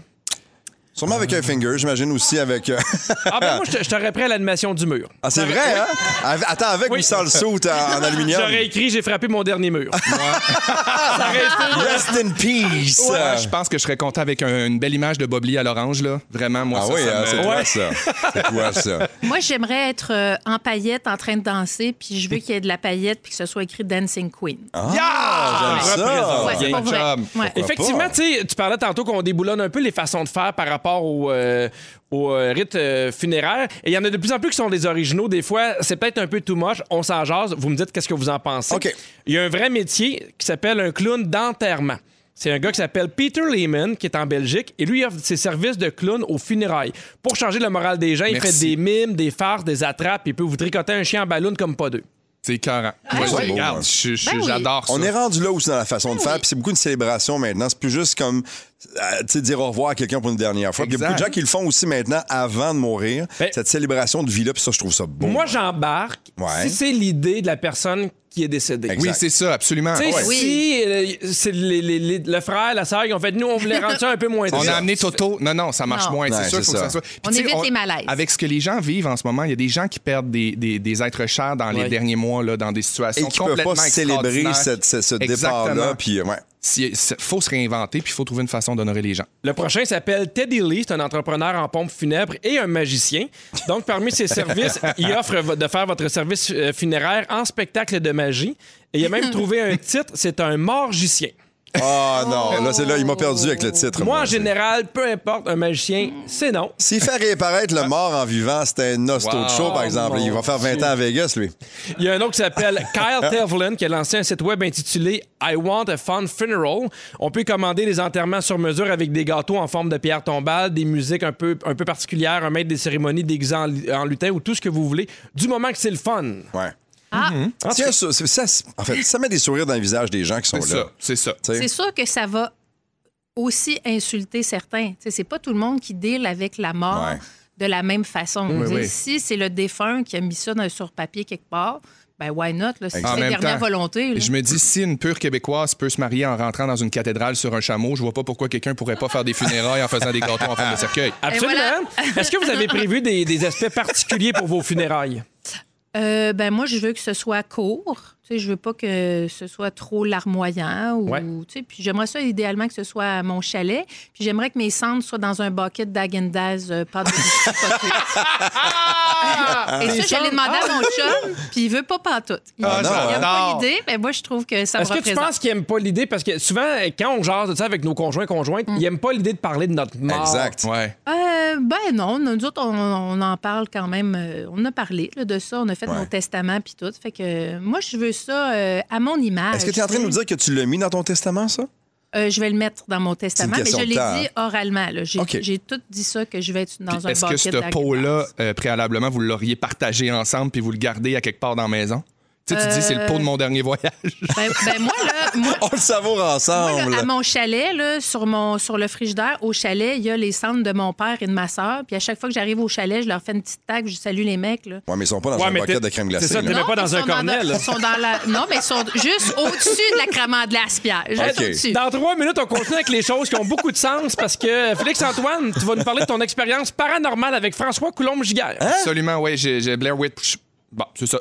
S5: Sûrement avec un finger, j'imagine aussi avec. euh,
S3: Ah ben moi, je te- je t'aurais pris à l'animation du mur.
S5: Ah, c'est vrai, hein? Av- Attends, avec
S3: Oui.
S5: ou sans le saut en, en aluminium?
S3: J'aurais écrit « J'ai frappé mon dernier mur ». Ça aurait été-
S5: Rest in peace!
S4: Ouais, je pense que je serais content avec un- une belle image de Bob Lee à l'orange, là. Vraiment, moi,
S5: Ah
S4: ça,
S5: oui,
S4: ça
S5: hein,
S4: me-
S5: c'est toi, ça. C'est toi, ça.
S2: Moi, j'aimerais être euh, en paillette en train de danser, puis je veux qu'il y ait de la paillette, puis que ce soit écrit Dancing Queen.
S5: Ah,
S3: Yeah!
S5: j'aime ça.
S3: Représente.
S2: ouais,
S3: bien,
S2: c'est pas
S4: good
S2: vrai.
S4: job.
S2: Ouais.
S5: Pourquoi
S3: Effectivement,
S5: pas?
S3: tu sais, tu parlais tantôt qu'on déboulonne un peu les façons de faire par rapport au, euh, au euh, rite euh, funéraire. Et il y en a de plus en plus qui sont des originaux. Des fois, c'est peut-être un peu too much. On s'en jase. Vous me dites qu'est-ce que vous en pensez.
S5: OK.
S3: Il y a un vrai métier qui s'appelle un clown d'enterrement. C'est un gars qui s'appelle Peter Lehman, qui est en Belgique, et lui, il offre ses services de clown aux funérailles. Pour changer le moral des gens,
S4: Merci.
S3: il fait des mimes, des farces, des attrapes, il peut vous tricoter un chien en ballon comme pas deux.
S4: C'est écœurant.
S5: oui.
S4: Moi, je-
S5: C'est beau,
S4: regarde,
S5: hein.
S4: je- je-
S2: Ben oui.
S4: j'adore ça.
S5: On est rendu là aussi dans la façon de faire, puis c'est beaucoup une célébration maintenant. C'est plus juste comme euh, tu sais, dire au revoir à quelqu'un pour une dernière fois. Puis Il y a
S4: Exact.
S5: beaucoup de gens qui le font aussi maintenant avant de mourir.
S3: Ben-
S5: Cette célébration de vie-là, puis ça, je trouve ça beau.
S3: Moi, j'embarque
S5: Ouais.
S3: si c'est l'idée de la personne qui est décédée.
S5: Exact.
S4: Oui, c'est ça, absolument.
S3: Tu sais,
S5: ouais.
S3: si euh, c'est les- les- les- le frère, la sœur, ils ont fait, nous, on voulait rendre ça un peu moins
S4: On
S3: triste.
S4: a amené Toto. Non, non, ça marche
S2: Non.
S4: moins.
S5: Ouais,
S4: C'est sûr
S5: c'est
S4: faut que
S5: ça.
S4: ça soit. Puis
S2: On
S4: tu sais,
S2: évite les malaises.
S4: Avec ce que les gens vivent en ce moment, il y a des gens qui perdent des, des- des êtres chers dans
S3: Ouais.
S4: les derniers mois, là, dans des
S5: et
S4: situations
S5: qui ne peuvent
S4: complètement
S5: pas célébrer
S4: extraordinaires.
S5: cette- ce, ce
S4: Exactement.
S5: départ-là. Puis, euh, ouais.
S4: Si- c'est- faut se réinventer, puis il faut trouver une façon d'honorer les gens.
S3: Le prochain s'appelle Teddy Lee, c'est un entrepreneur en pompe funèbre et un magicien. Donc, parmi ses services, il offre vo- de faire votre service euh, funéraire en spectacle de magie. Et il a même trouvé un titre, c'est un morgicien.
S5: Ah non, là, c'est là, il m'a perdu
S4: Oh.
S5: avec le titre.
S3: Moi, en général, peu importe, un magicien, c'est non.
S5: S'il fait réapparaître le mort en vivant, c'était un nosto de show, par exemple. Il va faire 20 ans à Vegas, lui.
S3: Il y a un autre qui s'appelle Kyle Tevlin qui a lancé un site web intitulé I Want a Fun Funeral. On peut commander des enterrements sur mesure avec des gâteaux en forme de pierre tombale, des musiques un peu, un peu particulières, un maître des cérémonies déguisé en, en lutin ou tout ce que vous voulez, du moment que c'est le fun.
S5: Ouais.
S2: Ah,
S4: Mhm.
S5: Tiens, ça, c'est- ça, c'est- en fait, ça met des sourires dans le visage des gens qui sont
S4: C'est ça,
S5: là.
S4: c'est ça.
S5: Tu sais.
S2: c'est sûr que ça va aussi insulter certains. Tu sais, C'est pas tout le monde qui deal avec la mort
S5: Ouais.
S2: de la même façon. Je veux dire,
S4: oui.
S2: Si c'est le défunt qui a mis ça dans- sur papier quelque part, ben why not? là, C'est
S4: En
S2: sa
S4: même temps,
S2: dernière volonté. là.
S4: Je me dis, si une pure Québécoise peut se marier en rentrant dans une cathédrale sur un chameau, je vois pas pourquoi quelqu'un pourrait pas faire des funérailles en faisant des gâteaux en forme de cercueil.
S3: Absolument. hein? Est-ce que vous avez prévu des, des aspects particuliers pour vos funérailles?
S2: Euh, ben moi, je veux que ce soit court. Tu sais, je veux pas que ce soit trop larmoyant. Ou,
S3: Ouais.
S2: tu sais, puis j'aimerais ça idéalement que ce soit à mon chalet. Puis j'aimerais que mes cendres soient dans un bucket d'Agendaz euh, pas de
S3: Ah!
S2: Et ça, j'allais demander à mon chum, puis il veut pas pantoute. Il,
S4: Ah,
S5: Ah!
S2: il
S5: non, hein?
S2: aime pas
S4: non.
S2: l'idée, mais moi, je trouve que ça me
S3: Est-ce que tu
S2: représente.
S3: penses qu'ils n'aiment pas l'idée? Parce que souvent, quand on jase de ça avec nos conjoints conjointes,
S2: Mm.
S3: ils n'aiment pas l'idée de parler de notre mort.
S5: Exact.
S4: Ouais.
S2: Euh, ben non, nous autres, on, on en parle quand même. euh, On a parlé là, de ça, on a fait
S5: Ouais.
S2: mon testament, puis tout. Fait que euh, moi, je veux ça euh, à mon image.
S5: Est-ce que tu es en train de nous dire que tu l'as mis dans ton testament, ça?
S2: Euh, je vais le mettre dans mon testament, mais
S5: question
S2: je
S5: de
S2: l'ai
S5: temps,
S2: dit oralement. là. J'ai
S5: OK.
S2: j'ai tout dit ça que je vais être dans
S4: Puis
S2: un
S4: Est-ce que
S2: bucket
S4: ce
S2: d'Agendaz.
S4: pot-là, euh, préalablement, vous l'auriez partagé ensemble puis vous le gardez à quelque part dans la maison? Tu sais, tu dis, c'est le pot de mon dernier voyage.
S5: hein?
S2: Ben, ben, moi, là,
S4: Ah.
S2: moi,
S5: On le savoure
S4: Oh,
S2: Moi, là,
S5: ensemble.
S2: à mon chalet, là, sur, mon, sur le frigidaire, au chalet, il y a les cendres de mon père et de ma sœur. Puis à chaque fois que j'arrive au chalet, je leur fais une petite tag, je salue les mecs. Là.
S5: Ouais, mais ils sont pas dans
S3: Ouais,
S5: un
S3: mais
S5: bucket
S3: t'es-
S5: de crème
S3: c'est
S5: glacée.
S3: ça,
S5: là.
S3: t'es même pas
S2: mais
S3: dans
S2: ils
S3: un
S2: sont dans-
S3: cornet, là.
S2: ils sont dans la... Non, mais ils sont juste au-dessus de la crème glace pierre. Juste
S5: Ok.
S2: au-dessus.
S3: Dans trois minutes, on continue avec les choses qui ont beaucoup de sens parce que Félix-Antoine, tu vas nous parler de ton expérience paranormale avec François Coulombe-Giguère.
S5: Hein?
S4: Absolument, ouais, j'ai j'ai Blair Witch. Bon, c'est ça.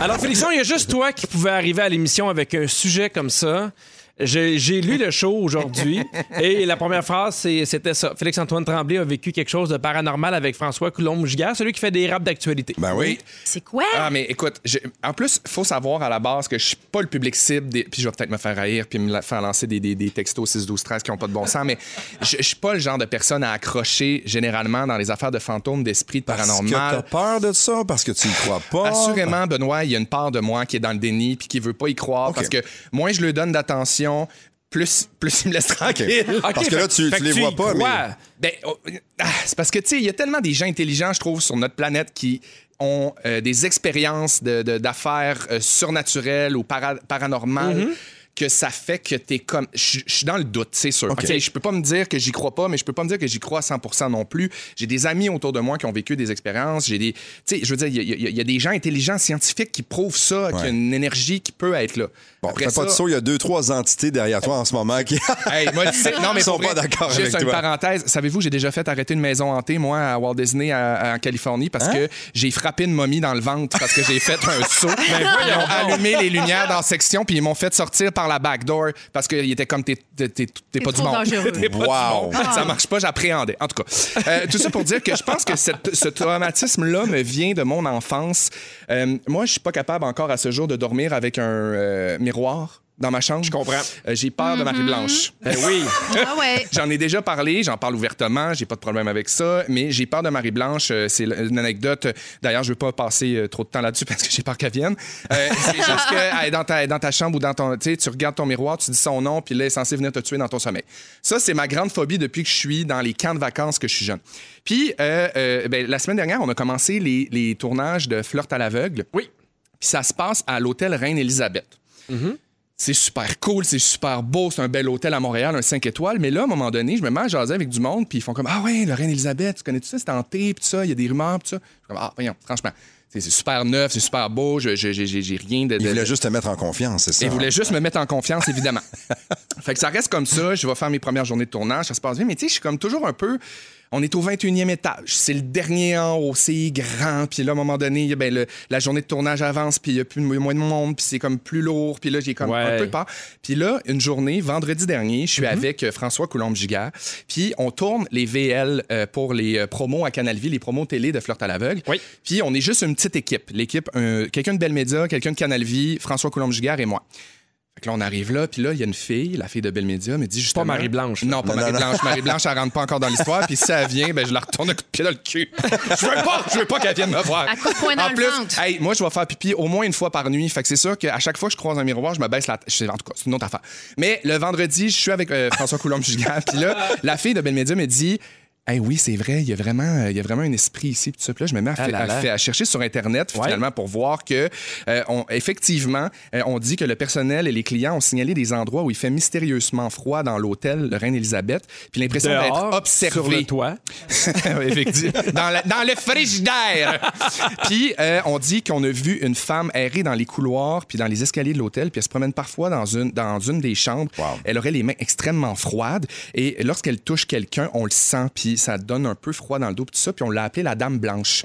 S3: Alors, Félixon, il y a juste toi qui pouvais arriver à l'émission avec un sujet comme ça. J'ai j'ai lu le show aujourd'hui et la première phrase, c'est- c'était ça. Félix-Antoine Tremblay a vécu quelque chose de paranormal avec François Coulombe-Giguère, celui qui fait des raps d'actualité.
S5: Ben oui.
S2: C'est quoi?
S4: Ah, mais écoute, j'ai- en plus, faut savoir à la base que je suis pas le public cible, des... puis je vais peut-être me faire haïr, puis me la- faire lancer des, des, des textos 6, 12, 13 qui ont pas de bon sens, mais je je suis pas le genre de personne à accrocher généralement dans les affaires de fantômes, d'esprit, de
S5: Parce que
S4: paranormal.
S5: t'as peur de ça, parce que tu y crois pas.
S4: Assurément, Benoît, il y a une part de moi qui est dans le déni puis qui veut pas y croire
S5: OK.
S4: parce que moins je lui donne d'attention, plus, plus il me laisse tranquille.
S5: OK. Parce que là, tu- tu les vois
S3: y
S5: pas, mais-
S3: crois.
S4: Ben, oh, ah, c'est parce que, tu sais, il y a tellement des gens intelligents, je trouve, sur notre planète qui ont euh, des expériences de- de- d'affaires euh, surnaturelles ou para- paranormales.
S5: Mhm.
S4: que ça fait que t'es comme... Je je suis dans le doute, c'est sûr.
S5: OK.
S4: OK, Je peux pas me dire que j'y crois pas, mais je peux pas me dire que j'y crois à 100 non plus. J'ai des amis autour de moi qui ont vécu des expériences. J'ai des... Tu sais, je veux dire, il y a- il y, a- il y a des gens intelligents, scientifiques qui prouvent ça, qu'il y a une énergie qui peut être là.
S5: Bon,
S4: Après
S5: fais pas de
S4: ça-
S5: saut, il y a deux, trois entités derrière toi en ce moment qui.
S4: Hey, moi, tu sais- non, mais
S5: Ils sont
S4: pour vrai,
S5: pas d'accord
S4: Juste
S5: avec
S4: une
S5: toi.
S4: parenthèse. Savez-vous, j'ai déjà fait arrêter une maison hantée, moi, à Walt Disney, à- à- en Californie, parce
S5: Hein?
S4: que j'ai frappé une momie dans le ventre, parce que j'ai fait un saut. ils ont allumé les lumières dans la section, puis ils m'ont fait sortir par la back door, parce qu'ils étaient comme t'es t'es- t'es- t'es pas du
S2: trop
S4: monde.
S2: dangereux.
S4: T'es pas du
S5: Wow.
S4: monde. Ça marche pas, j'appréhendais. En tout cas, euh, tout ça pour dire que je pense que cette- ce traumatisme-là me vient de mon enfance. Euh, moi, je suis pas capable encore à ce jour de dormir avec un euh, miroir dans ma chambre. Je comprends. j'ai peur de Marie-Blanche. Euh,
S3: Ben oui.
S2: Ah ouais.
S4: J'en ai déjà parlé, j'en parle ouvertement, j'ai pas de problème avec ça, mais j'ai peur de Marie-Blanche. euh, C'est l- une anecdote. D'ailleurs, je veux pas passer euh, trop de temps là-dessus parce que j'ai peur qu'elle vienne. Euh, c'est juste que elle est dans ta, dans ta chambre ou dans ton. Tu sais, tu regardes ton miroir, tu dis son nom, puis là, elle est censée venir te tuer dans ton sommeil. Ça, c'est ma grande phobie depuis que je suis dans les camps de vacances que je suis jeune. Puis, euh, euh, ben, la semaine dernière, on a commencé les, les tournages de Flirt à l'aveugle. Oui. Puis ça se passe à l'hôtel Reine-Élisabeth. C'est super cool, c'est super beau, c'est un bel hôtel à Montréal, un 5 étoiles. Mais là, à un moment donné, je me mets à jaser avec du monde, puis ils font comme Ah ouais, la reine Elisabeth, tu connais-tu ça, c'est hanté, puis tout ça, il y a des rumeurs, puis tout ça. Je suis comme Ah, voyons, franchement, c'est c'est super neuf, c'est super beau, je- je- j'ai j'ai- j'ai rien de. de-
S5: Il voulait juste te mettre en confiance, c'est ça?
S4: et Ben, voulait juste me mettre en confiance, évidemment. fait que ça reste comme ça. Je vais faire mes premières journées de tournage, ça se passe bien. Mais tu sais, je suis comme toujours un peu. On est au 21e étage. C'est le dernier en haut, c'est grand. Puis là, à un moment donné, il y a, ben, le- la journée de tournage avance, puis il y a plus, moins de monde, puis c'est comme plus lourd. Puis là, j'ai comme
S3: Ouais.
S4: un peu peur. Puis là, une journée, vendredi dernier, je suis avec euh, François Coulombe-Gigard. Puis on tourne les VL euh, pour les euh, promos à Canal Vie, les promos télé de Flirt à l'aveugle.
S3: Oui.
S4: Puis on est juste une petite équipe. L'équipe, euh, quelqu'un de Belle Média, quelqu'un de Canal Vie, François Coulombe-Gigard et moi. Fait que là, on arrive là, puis là, il y a une fille, la fille de Belle Média, me dit justement...
S3: Marie-Blanche, là.
S4: Non,
S5: Non,
S4: pas
S5: non,
S4: Marie-Blanche. Marie-Blanche, elle rentre pas encore dans l'histoire, puis si elle vient, ben, je la retourne un coup de pied dans le cul. Je veux pas, je veux pas qu'elle vienne me voir.
S2: À coup de poing dans
S4: en
S2: le
S4: plus,
S2: ventre.
S4: hey, moi, je vais faire pipi au moins une fois par nuit. Fait que c'est sûr qu'à chaque fois que je croise un miroir, je me baisse la tête. En tout cas, c'est une autre affaire. Mais le vendredi, je suis avec euh, François Coulombe-Gigant, puis là, la fille de Belle Média me dit... Hey, oui, c'est vrai, il y, a vraiment, euh, il y a vraiment un esprit ici. Puis tout ça. Puis là, je me mets à, fa-
S3: Ah là
S4: à
S3: là.
S4: fa- à chercher sur Internet,
S3: Ouais.
S4: finalement, pour voir que, euh, on- effectivement, euh, on dit que le personnel et les clients ont signalé des endroits où il fait mystérieusement froid dans l'hôtel, le Reine-Élisabeth, puis l'impression d'être
S3: Dehors,
S4: observé.
S3: Sur le toit.
S4: Effectivement. dans, la- dans le frigidaire. puis euh, on dit qu'on a vu une femme errer dans les couloirs puis dans les escaliers de l'hôtel puis elle se promène parfois dans une dans une des chambres. Elle aurait les mains extrêmement froides et lorsqu'elle touche quelqu'un, on le sent puis ça donne un peu froid dans le dos puis tout ça puis on l'a appelée la dame blanche.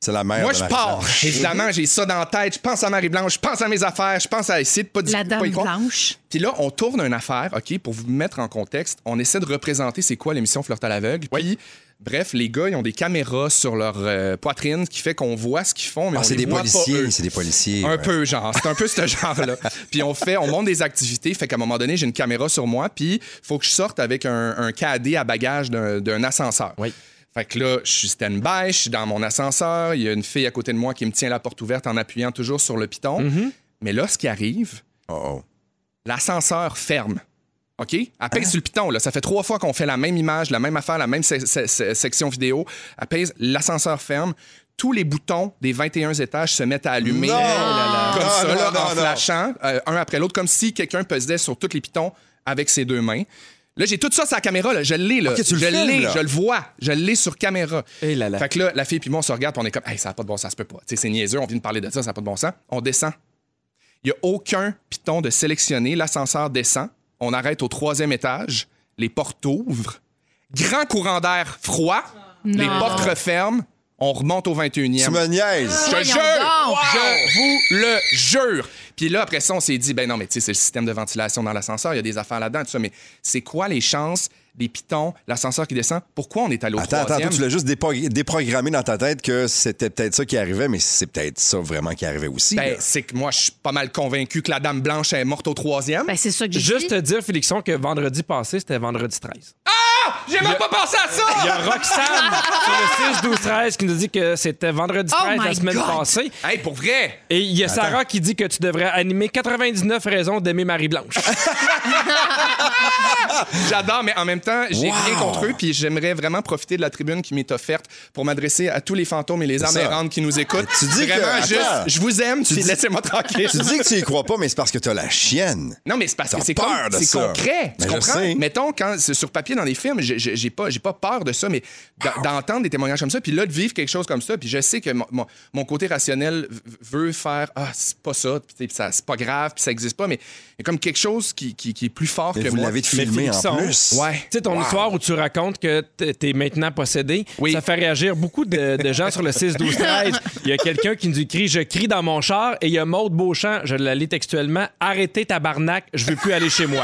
S5: C'est la mère.
S4: Moi
S5: de
S4: je pars.
S5: Marie-Blanche.
S4: Euh, Évidemment, j'ai ça dans la tête, je pense à Marie Blanche, je pense à mes affaires, je pense à essayer de pas pas
S2: La dame
S4: y croire.
S2: blanche.
S4: Puis là, on tourne une affaire, OK, pour vous mettre en contexte. On essaie de représenter c'est quoi l'émission Flirt à l'aveugle. Puis, bref, les gars, ils ont des caméras sur leur euh, poitrine, ce qui fait qu'on voit ce qu'ils font, mais
S5: Ah,
S4: on
S5: c'est
S4: les
S5: des
S4: voit pas,
S5: policiers,
S4: eux.
S5: c'est des policiers.
S4: Un
S5: ouais.
S4: peu, genre. C'est un peu ce genre-là. puis on fait, on monte des activités. Fait qu'à un moment donné, j'ai une caméra sur moi, puis faut que je sorte avec un, un cadet à bagages d'un d'un ascenseur.
S3: Oui.
S4: Fait que là, je suis stand-by, je suis dans mon ascenseur. Il y a une fille à côté de moi qui me tient la porte ouverte en appuyant toujours sur le piton. Mais là, ce qui arrive,
S5: Oh, oh.
S4: l'ascenseur ferme. OK? Elle
S5: Ah.
S4: pèse sur le piton. Là. Ça fait trois fois qu'on fait la même image, la même affaire, la même se- se- se- section vidéo. Elle pèse, l'ascenseur ferme. tous les boutons des 21 étages se mettent à allumer
S5: Non!
S4: Oh là là. comme
S5: Non,
S4: ça,
S5: non,
S4: là,
S5: non,
S4: en
S5: non.
S4: flashant, euh, un après l'autre, comme si quelqu'un pesait sur tous les pitons avec ses deux mains. Là, j'ai tout ça sur la caméra, là. je l'ai, là.
S5: Ok, tu le
S4: je
S5: filmes,
S4: l'ai,
S5: là.
S4: je le vois, je l'ai sur caméra.
S3: Eh là là.
S4: Fait que là, la fille puis moi, on se regarde, puis on est comme, hey, ça n'a pas de bon sens, ça se peut pas. Tu sais, c'est niaiseux, on vient de parler de ça, ça n'a pas de bon sens. On descend. Il n'y a aucun piton de sélectionné. L'ascenseur descend. On arrête au troisième étage. Les portes ouvrent. Grand courant d'air froid. Les
S2: Non.
S4: portes referment. On remonte au 21e.
S5: Tu me niaises.
S4: Je
S2: Voyons
S4: jure!
S2: donc!
S4: Je vous le jure! Puis là, après ça, on s'est dit, ben non, mais tu sais, c'est le système de ventilation dans l'ascenseur, il y a des affaires là-dedans, tout ça, mais c'est quoi les chances des pitons, l'ascenseur qui descend? Pourquoi on est allé au
S5: Attends, attends,
S4: troisième?
S5: toi, tu l'as juste dépro- déprogrammé dans ta tête que c'était peut-être ça qui arrivait, mais c'est peut-être ça vraiment qui arrivait aussi.
S4: Ben,
S5: là.
S4: c'est que moi, je suis pas mal convaincu que la dame blanche est morte au troisième.
S2: Ben, c'est ça que j'ai
S3: Juste te
S2: dit.
S3: dire, Félixon, que vendredi passé, c'était vendredi 13.
S4: J'ai même pas pensé à ça!
S3: Il y a Roxane sur le 6-12-13 qui nous dit que c'était vendredi
S2: Oh
S3: 13 la
S2: my
S3: semaine
S2: God.
S3: passée.
S4: Hey, pour vrai!
S3: Et il y a Sarah qui dit que tu devrais animer 99 raisons d'aimer Marie-Blanche.
S4: J'adore, mais en même temps, j'ai
S5: Wow!
S4: rien contre eux, puis j'aimerais vraiment profiter de la tribune qui m'est offerte pour m'adresser à tous les fantômes et les âmes
S5: ça.
S4: errantes qui nous écoutent.
S5: Tu dis que-
S4: vraiment
S5: attends.
S4: juste, je vous aime, puis
S5: dis-
S4: laissez-moi tranquille.
S5: Tu dis que tu y crois pas, mais c'est parce que t'as la chienne.
S4: Non, mais c'est parce
S5: T'as
S4: que c'est
S5: peur
S4: con-
S5: de
S4: c'est
S5: ça.
S4: concret.
S5: Ben,
S4: tu
S5: je
S4: comprends?
S5: sais.
S4: Mettons, quand c'est sur papier dans les films, je- je- j'ai pas, j'ai pas peur de ça, mais d- d'entendre des témoignages comme ça, puis là, de vivre quelque chose comme ça, puis je sais que mon, mon- mon côté rationnel v- veut faire Ah, c'est pas ça, puis tu sais, ça- c'est pas grave, puis ça existe pas, mais il y a comme quelque chose qui, qui- qui est plus fort
S5: Mais
S4: que
S5: vous
S4: moi.
S5: l'avez
S3: Mais
S5: filmé en
S3: Félixon,
S5: plus.
S4: Ouais.
S3: Tu sais, ton histoire où tu racontes que t- t'es maintenant possédé,
S4: Oui.
S3: ça fait réagir beaucoup de, de gens sur le 6, 12, 13. Il y a quelqu'un qui nous écrit Je crie dans mon char et il y a Maude Beauchamp, je la lis textuellement Arrêtez ta barnaque, je veux plus aller chez moi.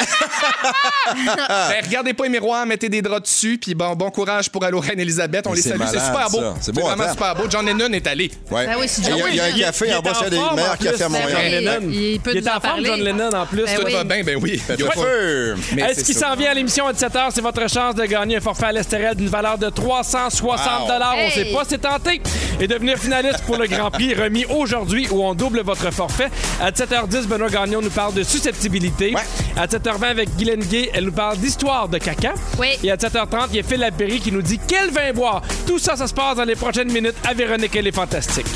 S4: Ben, regardez pas les miroirs, mettez des draps dessus, puis bon, bon courage pour aller au Reine-Élisabeth. On
S5: Mais
S4: les
S5: c'est
S4: salue, c'est
S5: malade,
S4: super beau.
S5: ça. C'est
S4: C'est
S5: beau à
S4: vraiment
S5: faire.
S4: super beau. John Lennon est allé.
S5: Ouais.
S2: Ben oui, c'est
S5: il, y a,
S2: John
S5: il y a un
S2: Lennon.
S5: café
S3: Il
S5: en
S3: est
S5: bas,
S3: en
S5: c'est un des
S3: forme, en
S5: meilleurs
S3: plus.
S5: cafés à
S3: Ben oui.
S5: Montréal.
S3: Lennon.
S2: Il, il peut
S3: Il
S2: nous
S3: est en forme,
S2: parler.
S3: John Lennon, en plus.
S2: Ben
S4: Tout
S2: oui.
S4: va bien, ben oui.
S5: Faites
S4: Y a
S5: le
S4: pas-
S5: feu.
S4: Mais
S3: Est-ce
S4: c'est
S3: qui
S4: ça.
S3: s'en vient à l'émission à 17h? C'est votre chance de gagner un forfait à l'Estérel d'une valeur de 360 dollars. On
S2: Hey!
S3: sait pas, c'est tenté. Et devenir finaliste pour le Grand Prix remis aujourd'hui où on double votre forfait. À 7h10, Benoît Gagnon nous parle de susceptibilité. À 7h20, avec Guylaine Gay, elle nous parle d'histoire de caca.
S2: Oui.
S3: Et à 7h30, il y a Phil Lapéry qui nous dit quel vin boire. Tout ça, ça se passe dans les prochaines minutes à Véronique. Elle est fantastique.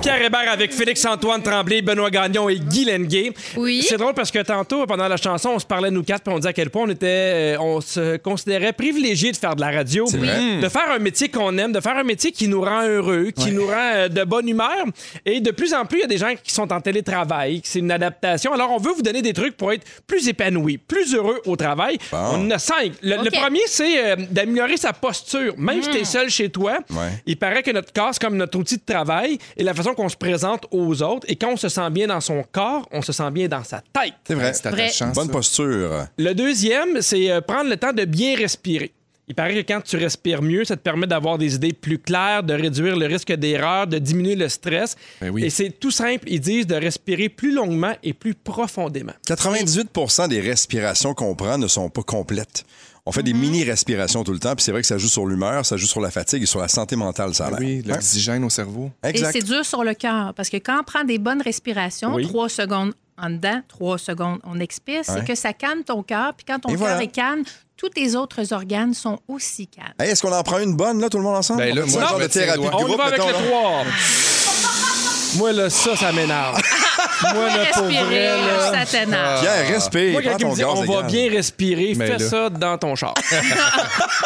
S3: Pierre Hébert avec Félix-Antoine Tremblay, Benoît Gagnon et Guy Lenguet.
S2: Oui.
S3: C'est drôle parce que tantôt, pendant la chanson, on se parlait nous quatre puis on disait à quel point on était, euh, on se considérait privilégié de faire de la radio,
S5: vrai.
S3: de faire un métier qu'on aime, de faire un métier qui nous rend heureux, qui nous rend euh, de bonne humeur. Et de plus en plus, il y a des gens qui sont en télétravail, que c'est une adaptation. Alors, on veut vous donner des trucs pour être plus épanoui, plus heureux au travail. On en a cinq. Le, le
S2: OK.
S3: premier, c'est euh, d'améliorer sa posture. Même si t'es seul chez toi,
S5: Ouais.
S3: il paraît que notre corps, c'est comme notre outil de travail et la façon qu'on se présente aux autres. Et quand on se sent bien dans son corps, on se sent bien dans sa tête.
S5: C'est vrai.
S4: C'est attachant.
S5: Bonne
S4: ça.
S5: posture.
S3: Le deuxième, c'est euh, prendre le temps de bien respirer. Il paraît que quand tu respires mieux, ça te permet d'avoir des idées plus claires, de réduire le risque d'erreur, de diminuer le stress.
S4: Ben oui.
S3: Et c'est tout simple, ils disent de respirer plus longuement et plus profondément.
S5: 98 des respirations qu'on prend ne sont pas complètes. On fait
S3: Mm-hmm.
S5: des mini-respirations tout le temps, puis c'est vrai que ça joue sur l'humeur, ça joue sur la fatigue et sur la santé mentale, ça a l'air.
S4: Ben Oui,
S5: Hein?
S4: l'oxygène au cerveau.
S2: Et
S5: Exact.
S2: c'est dur sur le cœur parce que quand on prend des bonnes respirations,
S3: Oui.
S2: trois secondes en dedans, trois secondes on expire,
S5: Ouais.
S2: c'est que ça calme ton cœur. Puis quand ton
S5: Et
S2: cœur
S5: voilà.
S2: est calme, tous tes autres organes sont aussi calmes.
S5: Hey, Est-ce qu'on en prend une bonne, là, tout le monde ensemble?
S4: Ben là,
S5: On fait ça,
S4: moi,
S5: un
S4: je
S5: genre
S4: me
S5: de
S4: tiens
S5: thérapie
S4: droit.
S5: de
S3: On y
S5: groupe,
S3: va avec
S5: mettons,
S3: le
S5: là.
S3: 3. Moi, là, ça, ça m'énerve. Moi, là, pour vrai, là, Ah.
S2: ça t'énerve.
S5: Pierre, respire.
S3: Moi,
S5: Prends
S3: quelqu'un
S5: ton
S3: me dit,
S5: gaz,
S3: on
S5: les
S3: va
S5: gars.
S3: bien respirer,
S4: Mais
S3: fais
S4: là.
S3: ça dans ton char.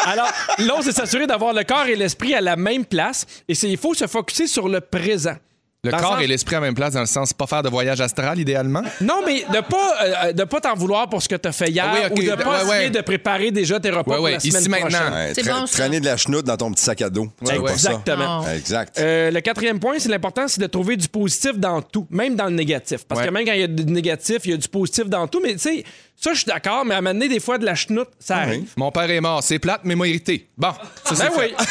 S3: Alors, l'on c'est s'assurer d'avoir le corps et l'esprit à la même place. Et c'est, il faut se focusser sur le présent.
S4: Le
S3: Dans le
S4: corps
S3: sens-
S4: et l'esprit à même place, dans le sens pas faire de voyage astral, idéalement.
S3: Non, mais de pas, euh, euh, de pas t'en vouloir pour ce que t'as fait hier
S4: Ah oui, ok,
S3: ou de pas
S4: ouais, ouais.
S3: essayer de préparer déjà tes repas
S4: Ouais,
S3: pour
S4: ouais,
S3: la semaine
S4: ici, maintenant.
S3: prochaine.
S5: Ouais,
S2: C'est
S5: tra-
S2: bon, ça.
S5: traîner de la chenoute dans ton petit sac à dos. Tu
S4: Ouais,
S5: veux pas ça?
S3: Exactement.
S2: Non.
S5: Exact.
S3: Euh, le quatrième point, c'est l'important, c'est de trouver du positif dans tout, même dans le négatif. Parce que
S4: Ouais.
S3: même quand il y a du négatif, il y a du positif dans tout. Mais tu sais, ça, je suis d'accord, mais à m'amener des fois de la chenoute, ça arrive.
S4: Mon père est mort, c'est plate, mais m'a irrité. Bon, ça, Ah c'est
S3: Ben
S4: fait.
S3: oui.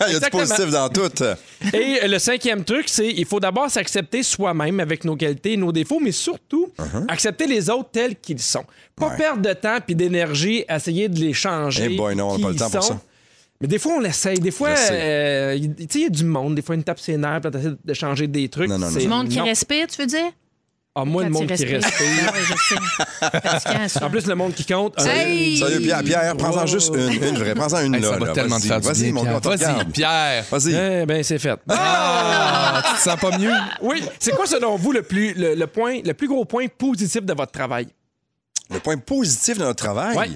S5: Il y a du
S3: Exactement.
S5: positif dans tout.
S3: Et euh, le cinquième truc, c'est il faut d'abord s'accepter soi-même avec nos qualités et nos défauts, mais surtout accepter les autres tels qu'ils sont. Pas
S5: Uh-huh. Ouais.
S3: perdre de temps puis d'énergie à essayer de les changer.
S5: Eh boy, non, on a
S3: qui
S5: pas le
S3: ils
S5: temps pour
S3: sont.
S5: ça.
S3: Mais des fois, on l'essaye. Des fois,
S5: Je sais.
S3: euh, il- tu sais, il y a du monde. Des fois, une tape ses nerfs, puis on essaie de changer des trucs.
S5: Non, non, non.
S3: C'est-
S2: Du monde qui
S3: non.
S2: respire, tu veux dire?
S3: Ah, moi, le
S2: Quand
S3: monde
S2: il
S3: qui
S2: respire.
S3: respire.
S2: Ah ouais, je sais. Fatigant, ça.
S3: En plus, le monde qui compte. un-
S2: Hey!
S5: Sérieux, Pierre, Pierre prends-en
S3: Wow.
S5: juste une, une vraie. Prends-en une
S4: Hey,
S5: là.
S4: ça va
S5: là.
S4: tellement te
S5: Vas-y,
S4: faire du
S5: Vas-y,
S4: bien,
S5: mon gars,
S4: Pierre.
S5: on te
S4: Vas-y, Euh.
S5: regarde.
S4: Pierre.
S5: Vas-y.
S3: Eh ben, c'est fait.
S4: Ah, tu te sens pas mieux?
S3: Oui, c'est quoi selon vous le plus le, le point le plus gros point positif de votre travail
S5: Le point positif de notre travail.
S3: Ouais.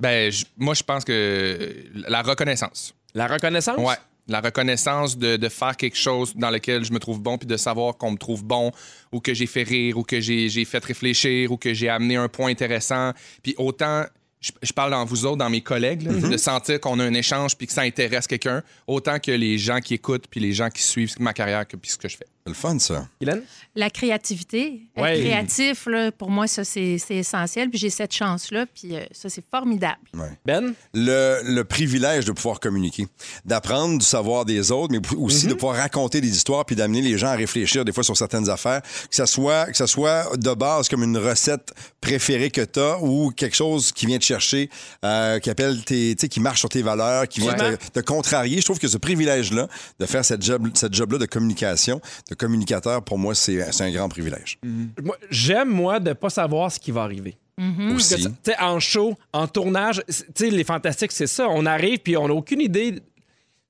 S4: Ben, je- moi, je pense que la reconnaissance.
S3: La reconnaissance
S4: Ouais. La reconnaissance de, de faire quelque chose dans lequel je me trouve bon, puis de savoir qu'on me trouve bon, ou que j'ai fait rire, ou que j'ai j'ai fait réfléchir, ou que j'ai amené un point intéressant. Puis autant, je, je parle dans vous autres, dans mes collègues, là,
S3: Mm-hmm.
S4: de sentir qu'on a un échange, puis que ça intéresse quelqu'un, autant que les gens qui écoutent, puis les gens qui suivent ma carrière, que, puis ce que je fais.
S5: C'est le fun, ça.
S3: Hélène
S2: La créativité. Être
S3: Ouais.
S2: créatif, là, pour moi, ça, c'est c'est essentiel. Puis j'ai cette chance-là, puis euh, ça, c'est formidable.
S3: Ben
S5: le, le privilège de pouvoir communiquer, d'apprendre du savoir des autres, mais pou- aussi de pouvoir raconter des histoires puis d'amener les gens à réfléchir des fois sur certaines affaires, que ça soit que ça soit de base comme une recette préférée que tu as ou quelque chose qui vient te chercher, euh, qui appelle tes, tu sais, qui marche sur tes valeurs, qui vient te, te contrarier. Je trouve que ce privilège-là de faire cette job, cette job-là de communication, de communicateur, pour moi c'est c'est un grand privilège.
S3: moi, j'aime moi de pas savoir ce qui va arriver.
S5: Aussi.
S3: Parce que, tu sais, en show, en tournage, c'est- tu sais, les fantastiques, c'est ça. On arrive, puis on n'a aucune idée de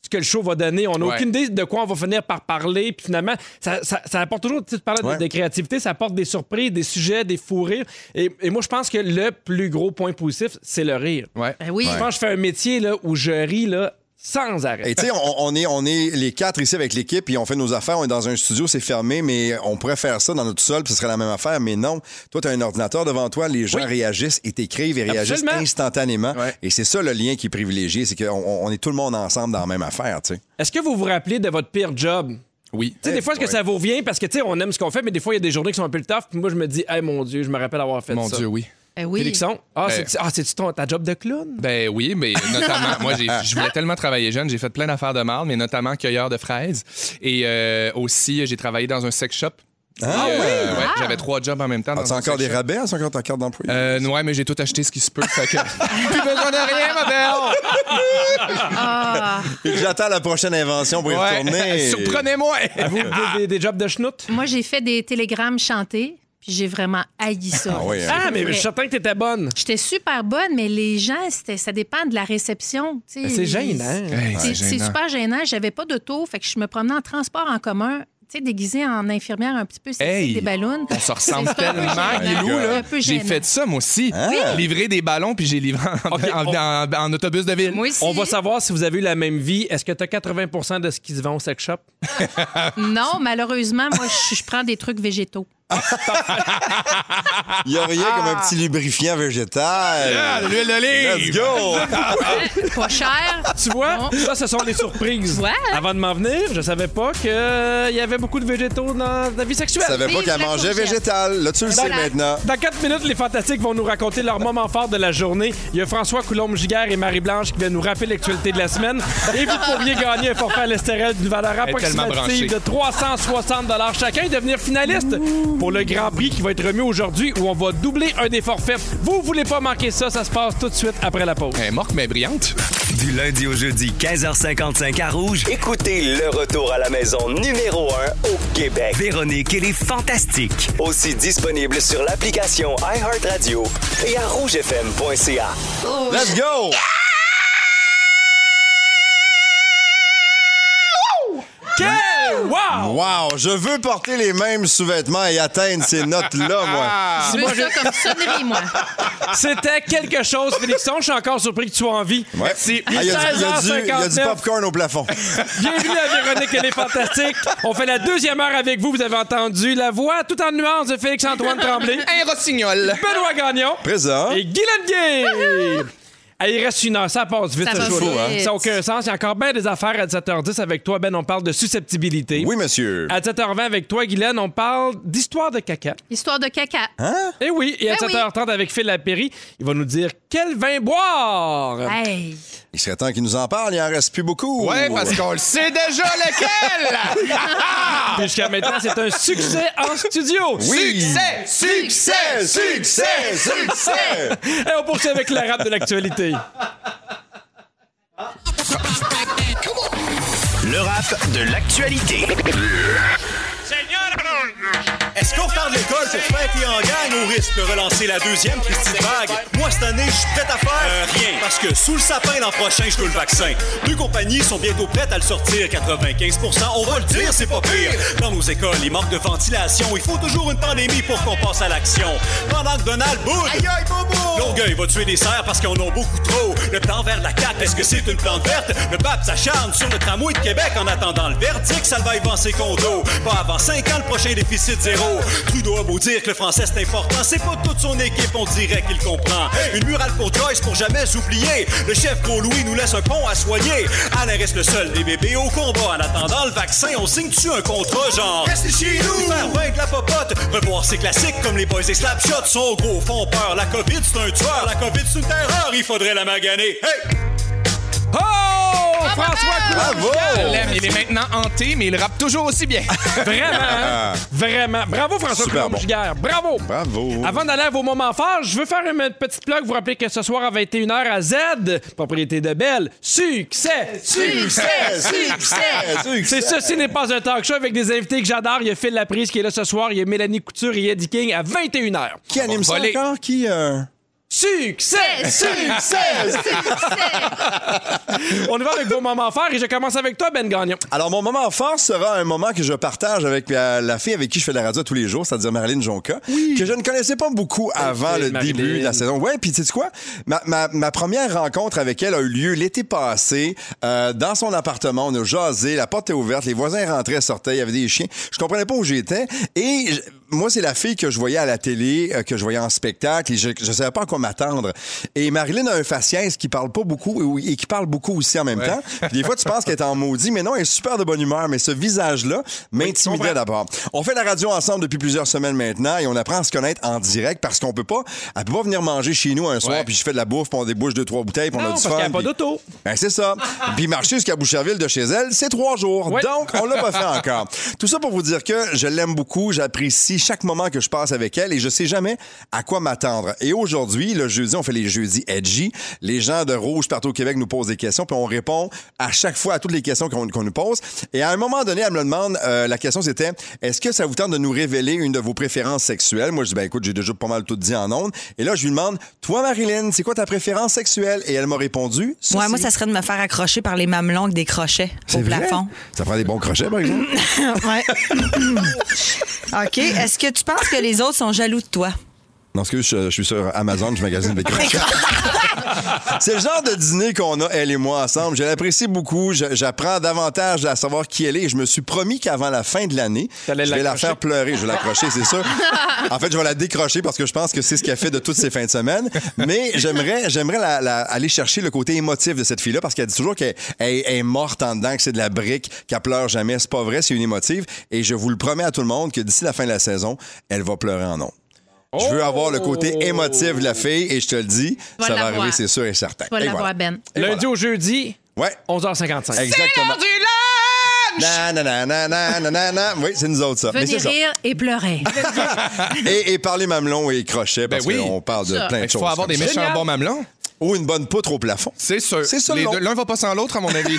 S3: ce que le show va donner. On n'a
S4: Ouais.
S3: aucune idée de quoi on va finir par parler. Puis finalement, ça, ça- ça apporte toujours, tu sais, tu parlais de-
S5: Ouais.
S3: de, créativité, ça apporte des surprises, des sujets, des fous rires. Et, et moi, je pense que le plus gros point positif, c'est le rire.
S4: Ouais.
S2: Ben oui.
S3: Je pense que je fais un métier là, où je ris là, sans arrêt.
S5: Et tu sais, on, on est, on est les quatre ici avec l'équipe, puis on fait nos affaires, on est dans un studio, c'est fermé, mais on pourrait faire ça dans notre sol, puis ce serait la même affaire, mais non. Toi, tu as un ordinateur devant toi, les gens réagissent et t'écrivent et réagissent
S3: Absolument.
S5: instantanément.
S4: Ouais.
S5: Et c'est ça le lien qui est privilégié, c'est qu'on on- on est tout le monde ensemble dans la même affaire, tu sais.
S3: Est-ce que vous vous rappelez de votre pire job?
S4: Oui.
S3: Tu sais, des fois, est-ce que
S5: Ouais.
S3: ça vous revient? Parce que, tu sais, on aime ce qu'on fait, mais des fois, il y a des journées qui sont un peu le tough. Puis moi, je me dis, hey, mon Dieu, je me rappelle avoir fait
S4: Mon
S3: ça.
S4: Dieu, oui.
S2: Ben oui.
S3: Félixon, ah,
S4: Ben-
S3: c'est- ah, c'est-tu ton- ta job de clown?
S4: Ben oui, mais notamment, moi, j'ai- je voulais tellement travailler jeune, j'ai fait plein d'affaires de mal, mais notamment cueilleur de fraises. Et euh, aussi, j'ai travaillé dans un sex shop. Ah oui?
S2: Ah.
S4: J'avais trois jobs en même temps.
S5: As-tu
S4: dans un
S5: encore
S4: sex
S5: des
S4: shop.
S5: rabais? As-tu encore ta carte d'emploi?
S4: Euh, ouais, mais j'ai tout acheté ce qui se peut. fait que- Plus besoin de rien, ma belle!
S2: Ah,
S5: J'attends la prochaine invention pour y
S4: Ouais.
S5: retourner.
S4: Surprenez-moi!
S3: Vous,
S4: Ah.
S3: des, des jobs de schnout?
S2: moi, j'ai fait des télégrammes chantés, puis j'ai vraiment haï ça.
S5: Ah oui, hein.
S3: Ah, mais je suis certain que t'étais bonne.
S2: J'étais super bonne, mais les gens, c'était- ça dépend de la réception. tu sais.
S3: Ben, C'est gênant.
S4: Hey,
S2: C'est c'est
S4: gênant.
S2: super gênant. J'avais pas d'auto, fait que je me promenais en transport en commun, tu sais, déguisée en infirmière un petit peu, c'est
S4: Hey,
S2: des ballons.
S4: On se ressemble
S2: C'est un peu
S4: tellement,
S2: gênant.
S4: Guilou, là.
S2: Un peu
S4: J'ai
S2: gênant.
S4: fait ça, moi aussi.
S5: Ah.
S4: Livrer des ballons, puis j'ai livré en,
S3: Ok,
S4: en-
S3: on-
S4: en- en autobus de ville.
S2: Moi aussi.
S3: On va savoir si vous avez eu la même vie. Est-ce que t'as 80 de ce qui se vend au sex shop?
S2: Non, malheureusement, moi, je, je prends des trucs végétaux.
S5: Il n'y a rien comme un petit lubrifiant végétal.
S4: Ah, de l'huile d'olive!
S5: Let's go!
S2: Pas cher.
S3: Tu vois,
S2: Non.
S3: ça, ce sont les surprises.
S2: Ouais.
S3: Avant de m'en venir, je savais pas qu'il y avait beaucoup de végétaux dans la vie
S5: Je
S3: sexuelle.
S5: savais pas
S2: Vive la
S5: qu'elle mangeait
S2: courgette.
S5: végétal. Là, tu le sais
S2: Voilà.
S5: maintenant.
S3: Dans 4 minutes, les Fantastiques vont nous raconter leur moment fort de la journée. Il y a François Coulombe-Giguère et Marie-Blanche qui viennent nous rappeler l'actualité de la semaine. Et vous pourriez gagner un forfait à l'Estérel d'une valeur
S4: est tellement
S3: approximative de 360 chacun et devenir finaliste pour le Grand Prix qui va être remis aujourd'hui où on va doubler un des forfaits. Vous voulez pas manquer ça, ça se passe tout de suite après la pause.
S4: Elle est morte, mais brillante.
S6: Du lundi au jeudi, 15h55 à Rouge,
S8: Écoutez le retour à la maison numéro 1 au Québec.
S6: Véronique et les Fantastiques.
S8: Aussi disponible sur l'application iHeartRadio et à rougefm.ca.
S2: Oh.
S5: Let's go!
S3: Quel wow!
S5: Wow, je veux porter les mêmes sous-vêtements et atteindre ces notes-là, moi.
S2: Je veux ça comme sonnerie, moi.
S3: C'était quelque chose, Félixon. Je suis encore surpris que tu aies envie.
S5: Ouais. Ah, Il y, a du- il y a du- il y a du
S3: 16h59.
S5: popcorn au plafond.
S3: Bienvenue à Véronique, elle est fantastique. On fait la deuxième heure avec vous. Vous avez entendu la voix tout en nuance de Félix-Antoine Tremblay,
S4: Un rossignol!
S3: Benoît Gagnon
S5: Présent.
S3: et Guylaine Gay. Ah, il reste une heure, ça passe vite
S2: Ça
S3: ce
S2: passe
S3: show-là. hein.
S2: vite.
S3: Ça n'a aucun sens. Il y a encore bien des affaires à 17h10 avec toi, Ben. On parle de susceptibilité.
S5: Oui, monsieur.
S3: À 17h20 avec toi, Guylaine, on parle d'histoire de caca.
S2: Histoire de caca.
S3: Et oui, et à
S2: Ben oui.
S3: 17h30 avec Phil Lapéry, il va nous dire quel vin boire.
S2: Hey.
S5: Il serait temps qu'il nous en parle, il en reste plus beaucoup.
S4: Ouais, parce qu'on le sait déjà lequel!
S3: Puis Jusqu'à maintenant, c'est un succès en studio.
S5: Oui.
S4: Succès!
S5: Succès, succès, succès!
S3: Et on poursuit avec la rap de l'actualité.
S6: Le rap de l'actualité.
S9: Est-ce qu'on retard de l'école pour fêter en gang au risque de relancer la deuxième petite vague? Moi, cette année, je suis prêt à faire euh, rien. Parce que sous le sapin l'an prochain, je veux le vaccin. Deux compagnies sont bientôt prêtes à le sortir. 95 on va le dire, c'est pas pire. Dans nos écoles, il manque de ventilation. Il faut toujours une pandémie pour qu'on passe à l'action. Pendant que Donald Wood. Longueuil va tuer des serres parce qu'on en a beaucoup trop. Le plan vers la CAQ, est-ce que c'est une plante verte? Le BAP s'acharne sur le tramway de Québec en attendant le verdict. Ça va avancer condos. Pas avant 5 ans, le prochain déficit zéro. Trudeau a beau dire que le français c'est important. C'est pas toute son équipe, on dirait qu'il comprend. Une murale pour Joyce pour jamais oublier. Le chef gros Louis nous laisse un pont à soigner. Alain reste le seul des bébés au combat. En attendant le vaccin, on signe-tu un contrat genre? Restez chez nous! Faire vaincre la popote. Revoir ses classiques comme les boys et Slapshot. Son gros font peur. La COVID, c'est un tueur. La COVID, c'est une terreur. Il faudrait la maganer. Hey!
S3: Oh! François Coulon!
S4: Je l'aime, il est maintenant hanté, mais il rappe toujours aussi bien.
S3: Vraiment, hein? vraiment. Bravo François
S5: Super
S3: Coulon
S5: bon.
S3: Giguère. Bravo.
S5: Bravo.
S3: Avant d'aller à vos moments forts, je veux faire une petite plug. Vous rappeler que ce soir à 21h à Z, propriété de Belle, succès, succès, succès. C'est ceci n'est pas un talk show avec des invités que j'adore. Il y a Phil Laprise qui est là ce soir. Il y a Mélanie Couture et Eddie King à 21h.
S5: Qui anime ça
S4: voler.
S5: encore? Qui. euh,
S3: Succès, succès. On y va avec vos moments forts et je commence avec toi Ben Gagnon.
S5: Alors, mon moment fort sera un moment que je partage avec la, la fille avec qui je fais de la radio tous les jours, c'est-à-dire Marilyn Jonca, que je ne connaissais pas beaucoup avant
S3: fille,
S5: le
S3: Marilyn.
S5: début de la saison. Ouais, puis tu sais quoi? Ma, ma- ma première rencontre avec elle a eu lieu l'été passé euh, dans son appartement. On a jasé, la porte était ouverte, les voisins rentraient, sortaient, il y avait des chiens. Je comprenais pas où j'étais et... je- moi, c'est la fille que je voyais à la télé, euh, que je voyais en spectacle, et je ne savais pas à quoi m'attendre. Et Marilyn a un faciès qui parle pas beaucoup et, et qui parle beaucoup aussi en même temps. Puis des fois, tu penses qu'elle est en maudit, mais non, elle est super de bonne humeur. Mais ce visage-là m'intimidait d'abord. On fait la radio ensemble depuis plusieurs semaines maintenant et on apprend à se connaître en direct parce qu'on peut pas, elle peut pas venir manger chez nous un soir, puis je fais de la bouffe, puis on débouche deux, trois bouteilles, puis on a du
S3: Non, parce
S5: fun.
S3: qu'il y a pas
S5: puis-
S3: d'auto.
S5: ben, c'est ça. Puis marcher jusqu'à Boucherville de chez elle, c'est trois jours.
S3: Ouais.
S5: Donc, on l'a pas fait encore. Tout ça pour vous dire que je l'aime beaucoup, j'apprécie chaque moment que je passe avec elle et je sais jamais à quoi m'attendre. Et aujourd'hui, le jeudi, on fait les jeudis edgy. Les gens de Rouge partout au Québec nous posent des questions, puis on répond à chaque fois à toutes les questions qu'on qu'on nous pose. Et à un moment donné, elle me le demande, euh, la question c'était, est-ce que ça vous tente de nous révéler une de vos préférences sexuelles? Moi, je dis, ben écoute, j'ai déjà pas mal tout dit en ondes. Et là, je lui demande, toi, Marilyn, c'est quoi ta préférence sexuelle? Et elle m'a répondu,
S10: Ouais,
S5: Ceci.
S10: moi, ça serait de me faire accrocher par les mamelons avec des crochets au
S5: C'est vrai?
S10: plafond.
S5: Ça prend des bons crochets, par exemple.
S10: Ouais. OK. Est-ce que tu penses que les autres sont jaloux de toi?
S5: non, excuse, je, je suis sur Amazon, je magasine des crochets. C'est le genre de dîner qu'on a, elle et moi, ensemble. Je l'apprécie beaucoup. Je- J'apprends davantage à savoir qui elle est. Et je me suis promis qu'avant la fin de l'année, je
S3: T'allais
S5: vais la
S3: l'accrocher.
S5: faire pleurer. Je vais l'accrocher, c'est sûr. En fait, je vais la décrocher parce que je pense que c'est ce qu'elle fait de toutes ses fins de semaine. Mais j'aimerais, j'aimerais la- la- aller chercher le côté émotif de cette fille-là parce qu'elle dit toujours qu'elle elle- elle est morte en dedans, que c'est de la brique, qu'elle pleure jamais. C'est pas vrai, c'est une émotive. Et je vous le promets à tout le monde que d'ici la fin de la saison, elle va pleurer en ondes. Je veux avoir le côté émotif de la fille et je te le dis,
S2: vas
S5: ça va
S2: l'avoir.
S5: arriver, c'est sûr et certain.
S2: Tu vas
S5: Et
S2: l'avoir,
S5: voilà.
S2: Ben.
S3: Lundi au jeudi,
S5: Ouais.
S3: 11h55.
S5: Exactement. Na, na, na, na, na, na, na, na. Oui, c'est nous autres, ça. Mais
S2: Venez
S5: c'est ça.
S2: rire et pleurer.
S5: Et, et parler mamelon et crochet, parce
S4: Ben oui.
S5: qu'on parle de
S2: Ça.
S5: plein de
S4: Il
S5: choses.
S4: faut avoir des
S5: comme ça.
S4: méchants
S3: Génial.
S4: bons mamelons.
S5: Ou une bonne poutre au plafond.
S4: C'est sûr.
S5: C'est ça,
S4: Les
S5: non?
S4: deux- L'un va pas sans l'autre, à mon avis.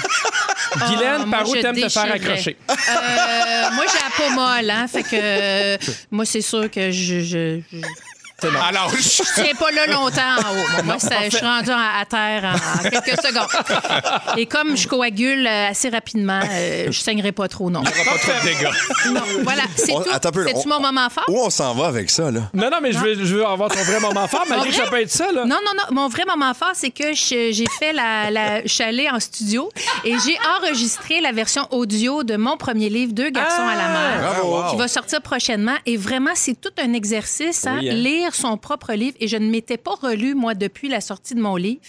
S3: Guylaine,
S2: Ah,
S3: par
S2: moi,
S3: où
S2: je
S3: t'aimes te faire
S2: déchirerais.
S3: accrocher?
S2: Euh, moi, j'ai la peau molle, hein. Fait que euh, moi, c'est sûr que je, je, je
S4: Alors, je-
S2: tiens pas là longtemps en haut. Bon, moi, ça- je suis rendue à, à terre en, en quelques secondes. Et comme je coagule euh, assez rapidement, euh, je saignerai pas trop, non.
S4: pas trop de dégâts.
S2: Non, voilà, c'est
S5: On-
S2: tout.
S5: attends un peu,
S2: C'est-tu
S5: on-
S2: mon moment fort?
S5: Où on s'en va avec ça, là?
S3: Non, non, mais je veux, je veux avoir ton vrai moment fort, malgré que ça peut être ça, là.
S2: Non, non, non. Mon vrai moment fort, c'est que je- j'ai fait la, la je suis allée en studio et j'ai enregistré la version audio de mon premier livre, Deux garçons à
S3: Ah!
S2: la mer.
S5: Bravo.
S2: Qui va sortir prochainement. Et vraiment, c'est tout un exercice, hein,
S3: Oui, hein.
S2: lire son propre livre. Et je ne m'étais pas relu, moi, depuis la sortie de mon livre.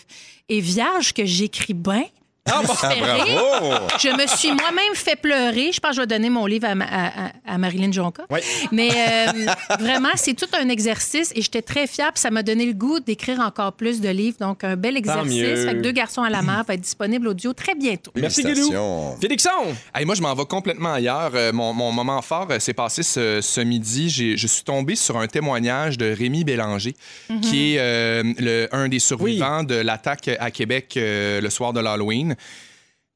S2: Et vierge que j'écris bien. Je
S3: Ah,
S2: me suis fait rire.
S5: Bravo!
S2: Je me suis moi-même fait pleurer. Je pense que je vais donner mon livre à, ma- à- à- à Marilyn Jonca.
S5: Oui.
S2: Mais euh, vraiment, c'est tout un exercice et j'étais très fière. puis ça m'a donné le goût d'écrire encore plus de livres. Donc, un bel exercice.
S3: mieux.
S2: Fait que Deux garçons à la mer va être disponible audio très bientôt.
S3: Merci, Guilou.
S5: Félicitations.
S3: Félixon!
S4: Hey, moi, je m'en vais complètement ailleurs. Euh, mon, mon moment fort euh, s'est passé ce, ce midi. J'ai- je suis tombé sur un témoignage de Rémi Bélanger, qui est euh, le- un des survivants de l'attaque à Québec euh, le soir de l'Halloween.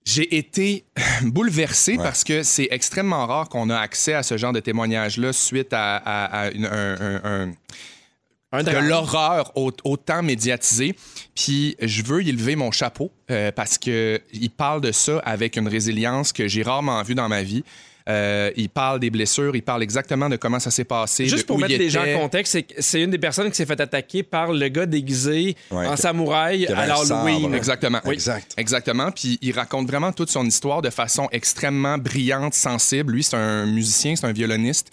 S4: J'ai- J'ai été bouleversé parce que c'est extrêmement rare qu'on a accès à ce genre de témoignage-là suite à, à- à une- un- un- un- de
S3: drame.
S4: l'horreur au- autant médiatisée. Puis je veux y lever mon chapeau euh, parce que il parle de ça avec une résilience que j'ai rarement vue dans ma vie. Euh, il parle des blessures, il parle exactement de comment ça s'est passé.
S3: Juste
S4: de
S3: pour
S4: où
S3: mettre
S4: il
S3: les gens
S4: était.
S3: en contexte, c'est que c'est une des personnes qui s'est fait attaquer par le gars déguisé en samouraï à l'Halloween.
S4: Exactement. Exactement. Puis il raconte vraiment toute son histoire de façon extrêmement brillante, sensible. Lui, c'est un musicien, c'est un violoniste.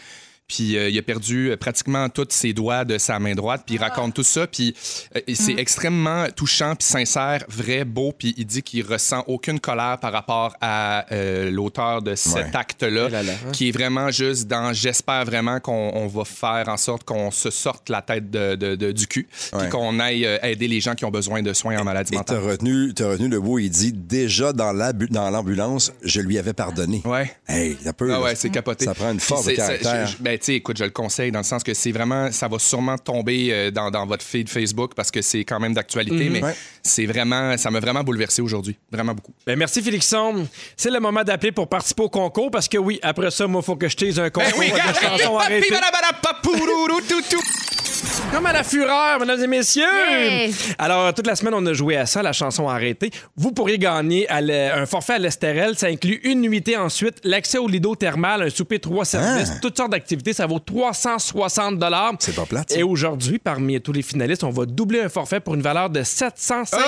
S4: Puis euh, il a perdu euh, pratiquement tous ses doigts de sa main droite. Puis il
S5: Ah.
S4: raconte tout ça. Puis euh, et
S5: Mm-hmm.
S4: c'est extrêmement touchant, puis sincère, vrai, beau. Puis il dit qu'il ressent aucune colère par rapport à euh, l'auteur de cet
S5: Ouais.
S4: acte-là,
S5: là, hein.
S4: qui est vraiment juste dans j'espère vraiment qu'on on va faire en sorte qu'on se sorte la tête de- de- de- du cul,
S5: Ouais.
S4: puis qu'on aille euh, aider les gens qui ont besoin de soins en maladie
S5: Et t'as
S4: mentale.
S5: retenu, t'as retenu le bout, il dit déjà dans la bu- dans l'ambulance, je lui avais pardonné.
S4: Ouais.
S5: Hey, ça peut.
S4: Ah ouais, c'est capoté.
S5: Ça prend une force de
S4: Puis c'est- c'est-
S5: caractère.
S4: je- je- ben, tu sais, écoute, je le conseille dans le sens que c'est vraiment, ça va sûrement tomber euh, dans, dans votre feed Facebook parce que c'est quand même d'actualité,
S3: Mhm.
S4: mais
S3: Ouais.
S4: c'est vraiment, ça m'a vraiment bouleversé aujourd'hui. Vraiment beaucoup.
S3: Ben, merci Félixon. C'est le moment d'appeler pour participer au concours parce que oui, après ça, moi, faut que je tease un
S4: Ben
S3: concours de chansons arrêtées. Comme à la fureur, mesdames et messieurs.
S1: Yeah.
S3: Alors, toute la semaine, on a joué à ça, la chanson arrêtée. Vous pourriez gagner à l'e- un forfait à l'Estérel. Ça inclut une nuitée ensuite, l'accès au lido thermal, un souper trois services, toutes sortes d'activités. Ça vaut 360 C'est pas plate. Et aujourd'hui, parmi tous les finalistes, on va doubler un forfait pour une valeur de 750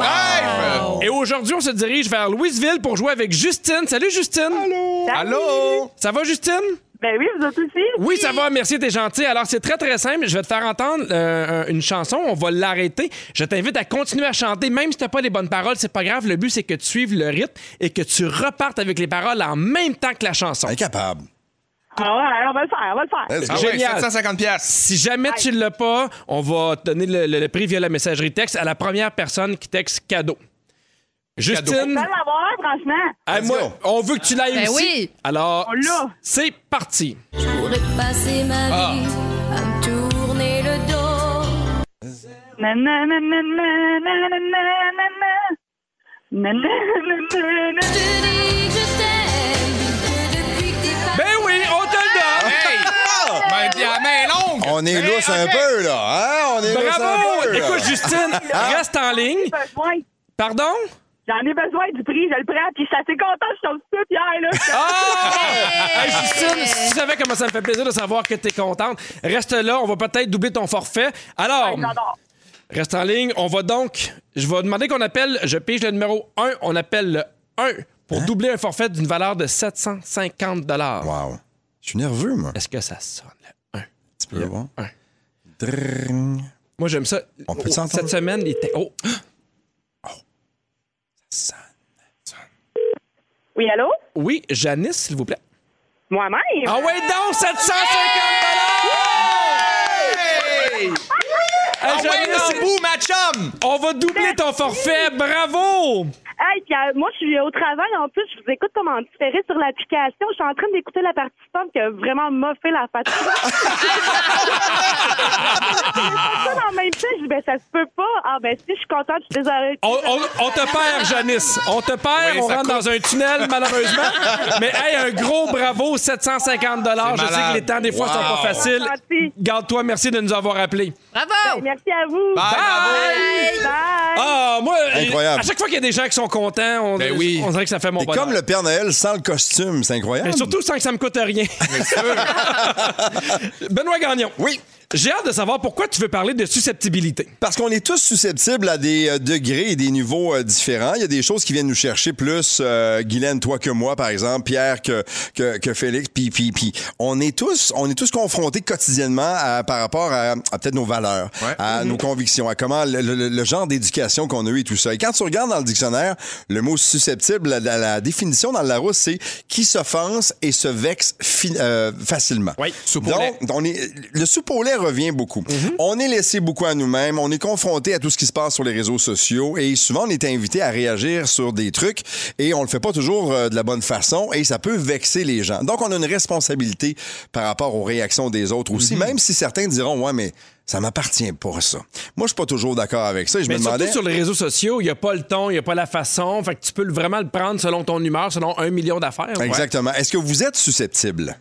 S1: Ah!
S3: Et aujourd'hui, on se dirige vers Louisville pour jouer avec Justine. Salut, Justine. Allô. Allô. Ça va, Justine?
S11: Ben oui, vous êtes aussi?
S3: Oui, ça va, merci, t'es gentil. Alors, c'est très, très simple. Je vais te faire entendre euh, une chanson, on va l'arrêter. Je t'invite à continuer à chanter, même si t'as pas les bonnes paroles, c'est pas grave. Le but, c'est que tu suives le rythme et que tu repartes avec les paroles en même temps que la chanson.
S5: Incapable.
S11: Ah ouais, on va le faire, on va le faire.
S3: Génial.
S4: pièces.
S3: Si jamais tu l'as pas, on va te donner le, le- le prix via la messagerie texte à la première personne qui texte cadeau. Justine,
S11: Je vais l'avoir, franchement.
S3: hey, moi, on veut que tu l'ailles
S11: Ben
S3: aussi.
S11: oui.
S3: Alors,
S11: On l'a.
S3: c'est parti.
S7: pourrais passer ma vie à me tourner le dos.
S11: Na, na, na, na, na, na, na, na, na, na. Na, na, na, na, na.
S3: Ben oui, on te le donne.
S5: On est lousse un peu, là. hein? On est lousse un
S3: Eh, Bravo!
S5: peu. Ah. là.
S3: Écoute, Justine, reste en ligne. Pardon?
S11: J'en ai besoin du prix, je le prends, puis je suis assez content, je suis sortie toute hier, là.
S3: Ah! Hey, Justine, si tu savais comment ça me fait plaisir de savoir que tu es contente, reste là, on va peut-être doubler ton forfait. Alors, reste en ligne, on va donc. Je vais demander qu'on appelle, je pige le numéro 1, on appelle le 1 pour
S5: Hein?
S3: doubler un forfait d'une valeur de 750
S5: Wow. Je suis nerveux, moi.
S3: Est-ce que ça sonne, le 1?
S5: Tu peux le voir.
S3: Moi, j'aime ça.
S5: On peut
S3: Oh,
S5: s'entendre?
S3: Cette semaine, il était. Oh!
S11: Oui, allô?
S3: Oui, Janice, s'il vous plaît.
S11: Moi-même?
S3: Ah ouais, donc, 750
S1: Ah ouais,
S3: Janice,
S1: non,
S3: On va doubler ton forfait, bravo!
S11: Hey, puis, euh, moi, je suis au travail. En plus, je vous écoute comme en différé sur l'application. Je suis en train d'écouter la participante qui a vraiment moffé la fatigue. en même temps, je dis, ben, ça se peut pas. Ah, ben, si, je suis contente, je suis désolée.
S3: On, on- on te perd, Janice. On te perd,
S11: Oui,
S3: on
S11: ça
S3: rentre
S11: coupe.
S3: dans un tunnel, malheureusement. Mais hey, un gros bravo, 750 Je sais
S1: malade.
S3: que les temps, des fois, sont
S1: Wow.
S3: pas faciles. Garde-toi, merci de nous avoir appelés.
S11: Bravo! merci à vous.
S3: Bye.
S11: Bye! Bye!
S3: Ah, moi,
S5: Incroyable.
S3: à chaque fois qu'il y a des gens qui sont contents, on,
S5: Ben oui.
S3: on dirait que ça fait mon
S5: T'es
S3: bonheur.
S5: comme le Père Noël sans le costume, c'est incroyable.
S3: Mais surtout sans que ça me coûte rien. Benoît Gagnon.
S5: Oui.
S3: J'ai hâte de savoir pourquoi tu veux parler de susceptibilité.
S5: Parce qu'on est tous susceptibles à des euh, degrés et des niveaux euh, différents. Il y a des choses qui viennent nous chercher plus, euh, Guylaine, toi que moi, par exemple, Pierre que, que, que Félix. Puis, puis, puis on est tous, on est tous confrontés quotidiennement à- par rapport à, à peut-être nos valeurs, à nos convictions, à comment le, le- le genre d'éducation qu'on a eu et tout ça. Et quand tu regardes dans le dictionnaire, le mot susceptible, la, la- la définition dans le Larousse, c'est qui s'offense et se vexe fi- euh, facilement.
S3: Oui,
S5: Donc, on est, le soupe au lait revient beaucoup.
S3: Mm-hmm.
S5: On est laissé beaucoup à nous-mêmes, on est confronté à tout ce qui se passe sur les réseaux sociaux et souvent on est invité à réagir sur des trucs et on le fait pas toujours euh, de la bonne façon et ça peut vexer les
S3: Mm-hmm.
S5: gens. Donc, on a une responsabilité par rapport aux réactions des autres aussi, même si certains diront, ouais, mais Ça m'appartient pas, ça. Moi, je suis pas toujours d'accord avec ça. et Je
S3: Mais
S5: me demandais.
S3: surtout sur les réseaux sociaux, il n'y a pas le ton, il n'y a pas la façon. Fait que tu peux le- vraiment le prendre selon ton humeur, selon un million d'affaires. ouais.
S5: Exactement. Est-ce que vous êtes susceptible?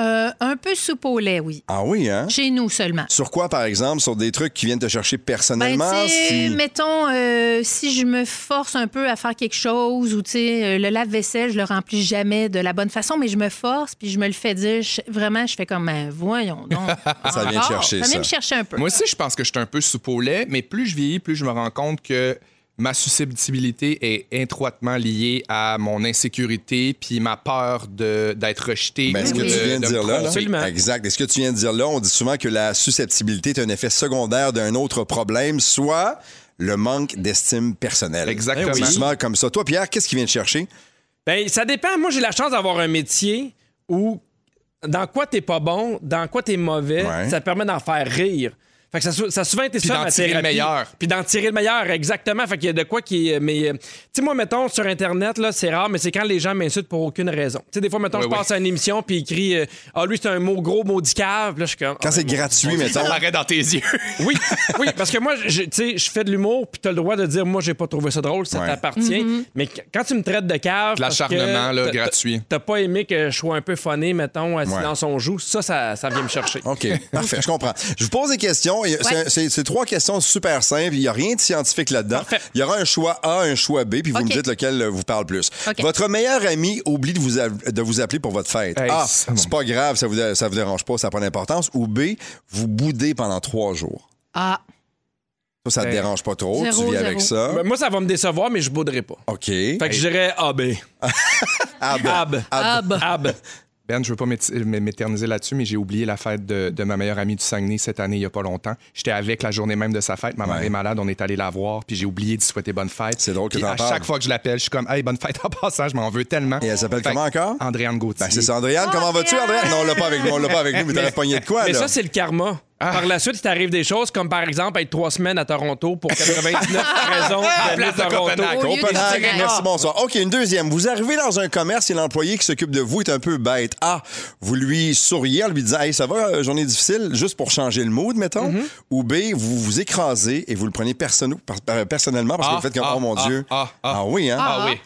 S2: Euh, un peu soupe au lait, oui.
S5: Ah oui, hein?
S2: Chez nous seulement.
S5: Sur quoi, par exemple? Sur des trucs qui viennent te chercher
S2: Ben,
S5: personnellement?
S2: tu sais,
S5: si-
S2: mettons, euh, si je me force un peu à faire quelque chose ou, tu sais, euh, le lave-vaisselle, je le remplis jamais de la bonne façon, mais je me force puis je me le fais dire. Je- vraiment, je fais comme, Ben, voyons donc.
S4: ça
S2: vient te Encore? chercher, Ça vient ça. me chercher un peu.
S4: Moi aussi, je pense que je suis un peu soupe au lait, mais plus je vieillis, plus je me rends compte que ma susceptibilité est étroitement liée à mon insécurité puis ma peur de- d'être rejeté.
S5: Ben, est-ce
S4: ou
S5: que tu viens de,
S4: me
S5: dire là, là?
S4: tromper.
S5: Exact. Est-ce que tu viens de dire là? On dit souvent que la susceptibilité est un effet secondaire d'un autre problème, soit le manque d'estime personnelle.
S3: Exactement.
S5: C'est
S3: Eh oui.
S5: souvent comme ça. Toi, Pierre, qu'est-ce qui vient te chercher?
S3: Ben, ça dépend. Moi, j'ai la chance d'avoir un métier où dans quoi t'es pas bon, dans quoi t'es mauvais, ça te permet d'en faire rire. Fait que ça, sou- ça a souvent été
S4: Puis
S3: ça
S4: d'en
S3: ma
S4: tirer le
S3: thérapie.
S4: meilleur.
S3: Puis d'en tirer le meilleur, exactement. Fait qu'il y a de quoi qui est. Mais, euh, tu sais, moi, mettons, sur Internet, là, c'est rare, mais c'est quand les gens m'insultent pour aucune raison. Tu sais, des fois, mettons,
S4: Oui,
S3: je
S4: oui.
S3: passe à une émission, puis ils crient euh, Ah, lui, c'est un mot gros, maudit cave. Puis Là, je suis comme. Ah, Quand
S5: c'est gratuit, mettons.
S4: Ça paraît dans tes yeux.
S3: oui, oui, parce que moi, je- tu sais, je fais de l'humour, puis t'as le droit de dire, moi, j'ai pas trouvé ça drôle, ça t'appartient.
S4: Mhm.
S3: Mais qu- quand tu me traites de cave, parce que
S4: L'acharnement, là,
S3: t'as-
S4: gratuit.
S3: T'as pas aimé que je sois un peu funné, mettons, assis
S5: Ouais. Ah,
S3: dans son joue, ça, ça, ça vient me chercher.
S5: OK, parfait, je comprends. Je vous pose des questions. et c'est-
S3: Ouais.
S5: C'est c'est trois questions super simples. Il n'y a rien de scientifique là-dedans. Il y aura un choix A, un choix B, puis vous
S3: OK.
S5: me dites lequel euh, vous parle plus.
S3: OK.
S5: Votre meilleur ami oublie de vous, a- de vous appeler pour votre fête.
S4: Hey,
S5: a,
S4: ça,
S5: c'est pas grave, ça vous, ça vous dérange pas, ça n'a pas d'importance. Ou B, vous boudez pendant trois jours.
S2: Ah,
S5: Ça, ça te
S3: Hey.
S5: dérange pas trop, tu vis avec ça.
S3: Ben, moi, ça va me décevoir, mais je bouderai pas.
S5: OK.
S3: Fait que je dirais AB.
S5: AB.
S3: AB.
S5: AB.
S4: Ben, je veux pas m'éti- m'é- m'éterniser là-dessus, mais j'ai oublié la fête de, de ma meilleure amie du Saguenay cette année, il y a pas longtemps. J'étais avec la journée même de sa fête. Ma mère est malade, on est allé la voir, puis j'ai oublié d'y souhaiter bonne fête. C'est drôle
S5: que
S4: À
S5: t'en parles.
S4: chaque fois que je l'appelle, je suis comme, hey, bonne fête en passant, je m'en veux tellement. Et elle
S5: s'appelle comment encore?
S4: Andréane Gauthier.
S5: Ben, c'est ça,
S3: Oh,
S5: Andréane. Comment vas-tu, Andréane? Non, on l'a pas avec nous, on l'a pas avec nous, mais t'aurais pogné de quoi,
S3: Mais
S5: là?
S3: ça, c'est le karma. Par la suite, il t'arrive des choses comme par exemple être trois semaines à Toronto pour 99 raisons
S5: Ah,
S3: d'aller à Toronto.
S5: Copenhague,
S4: ah.
S5: merci, bonsoir. OK, une deuxième. Vous arrivez dans un commerce et l'employé qui s'occupe de vous est un peu bête. Ah, vous lui souriez en lui disant Hey, ça va, euh, journée difficile, juste pour changer le mood, mettons.
S4: Mm-hmm.
S5: Ou B, vous vous écrasez et vous le prenez perso- par- par- personnellement parce que
S4: Ah,
S5: vous faites comme
S4: ah,
S5: Oh mon
S4: ah,
S5: Dieu.
S4: ah, ah.
S5: oui, hein?
S4: Ah, oui.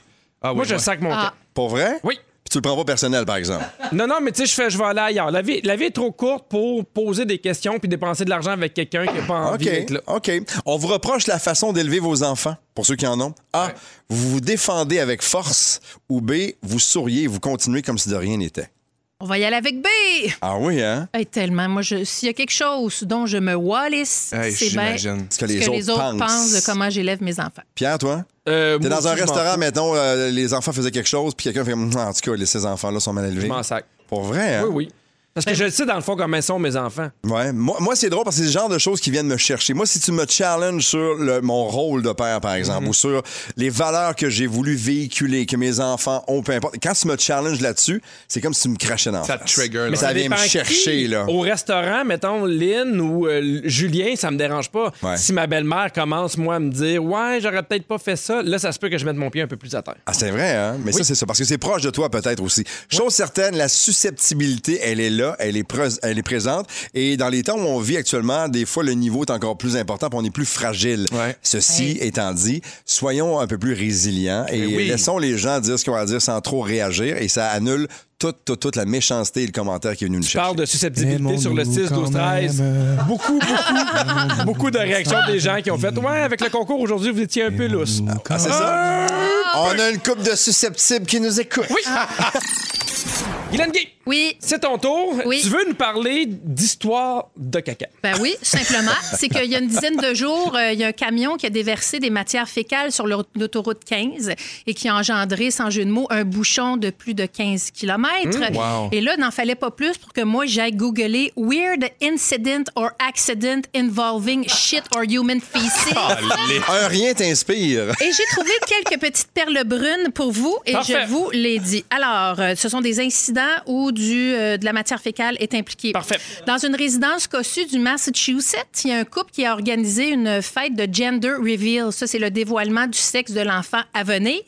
S4: Ah oui,
S3: Moi, je
S4: ouais.
S3: sac mon
S4: Ah.
S3: camp.
S5: Pour vrai?
S3: Oui.
S5: Puis tu le prends pas personnel, par exemple.
S3: Non, non, mais tu sais, je fais, je vais aller ailleurs. La vie, la vie est trop courte pour poser des questions puis dépenser de l'argent avec quelqu'un qui n'a pas
S4: Ah,
S3: envie
S5: OK.
S3: d'être là.
S5: OK. On vous reproche la façon d'élever vos enfants, pour ceux qui en ont. A, vous vous défendez avec force. Ou B, vous souriez et vous continuez comme si de rien n'était.
S2: on va y aller avec B.
S5: Ah oui, hein?
S2: Hey, tellement. Moi, je- s'il y a quelque chose dont je me wallis,
S5: Hey,
S2: c'est bien
S5: j'imagine.
S2: ce que les, autres, pensent. de comment j'élève mes enfants.
S5: Pierre, toi? T'es
S3: moi
S5: dans
S3: aussi,
S5: un
S3: Euh, je m'en
S5: restaurant,
S3: fous.
S5: mettons, euh, les enfants faisaient quelque chose, puis quelqu'un fait Hum, En tout cas, les- ces enfants-là sont mal élevés.
S3: Je m'en sac.
S5: Pour vrai, hein?
S3: Oui, oui. Parce que je le sais, dans le fond, comment sont mes enfants.
S5: Ouais. Moi, moi, c'est drôle parce que c'est le genre de choses qui viennent me chercher. Moi, si tu me challenges sur le- mon rôle de père, par
S3: Mhm.
S5: exemple, ou sur les valeurs que j'ai voulu véhiculer, que mes enfants ont, peu importe, quand tu me challenges là-dessus, c'est comme si tu me crachais dans la
S4: Ça te
S5: face.
S4: trigger, là.
S5: Mais ça vient me
S3: dépend
S5: chercher,
S3: qui.
S5: là.
S3: Au restaurant, mettons, Lynn ou euh, Julien, ça me dérange pas. Si ma belle-mère commence, moi, à me dire Ouais, j'aurais peut-être pas fait ça, là, ça se peut que je mette mon pied un peu plus à terre.
S5: Ah, c'est vrai, hein? Mais ça, c'est ça. Parce que c'est proche de toi, peut-être aussi. Chose certaine, la susceptibilité, elle est là, elle est, pres- elle est présente. Et dans les temps où on vit actuellement, des fois, le niveau est encore plus important, puis on est plus fragile. Ceci étant dit, soyons un peu plus résilients et
S4: oui.
S5: laissons les gens dire ce qu'on va dire sans trop réagir. Et ça annule toute, toute, toute la méchanceté et le commentaire qui est venu nous
S3: Je
S5: chercher.
S3: parle de susceptibilité sur le 6, 12, 13. Beaucoup, beaucoup, beaucoup de réactions des gens qui ont fait Ouais, avec le concours aujourd'hui, vous étiez un peu lousse.
S5: Ah, c'est ça? On a une coupe de susceptibles qui nous écoute.
S3: Oui. Guylaine Gay.
S2: Oui.
S3: C'est ton tour. Tu veux nous parler d'histoire de caca.
S2: Ben oui, tout simplement. C'est qu'il y a une dizaine de jours, euh, il y a un camion qui a déversé des matières fécales sur l'aut- l'autoroute 15 et qui a engendré, sans jeu de mots, un bouchon de plus de 15 kilomètres.
S12: Mm, wow.
S2: Et là, n'en fallait pas plus pour que moi, j'aille googler « Weird incident or accident involving shit or human feces ».
S5: Un rien t'inspire.
S2: Et j'ai trouvé quelques petites perles brunes pour vous et
S5: Parfait.
S2: je vous les dis. Alors, euh, ce sont des incidents où du, euh, de la matière fécale est impliquée. Parfait. Dans une résidence cossue du Massachusetts, il y a un couple qui a organisé une fête de gender reveal. Ça, c'est le dévoilement du sexe de l'enfant à venir.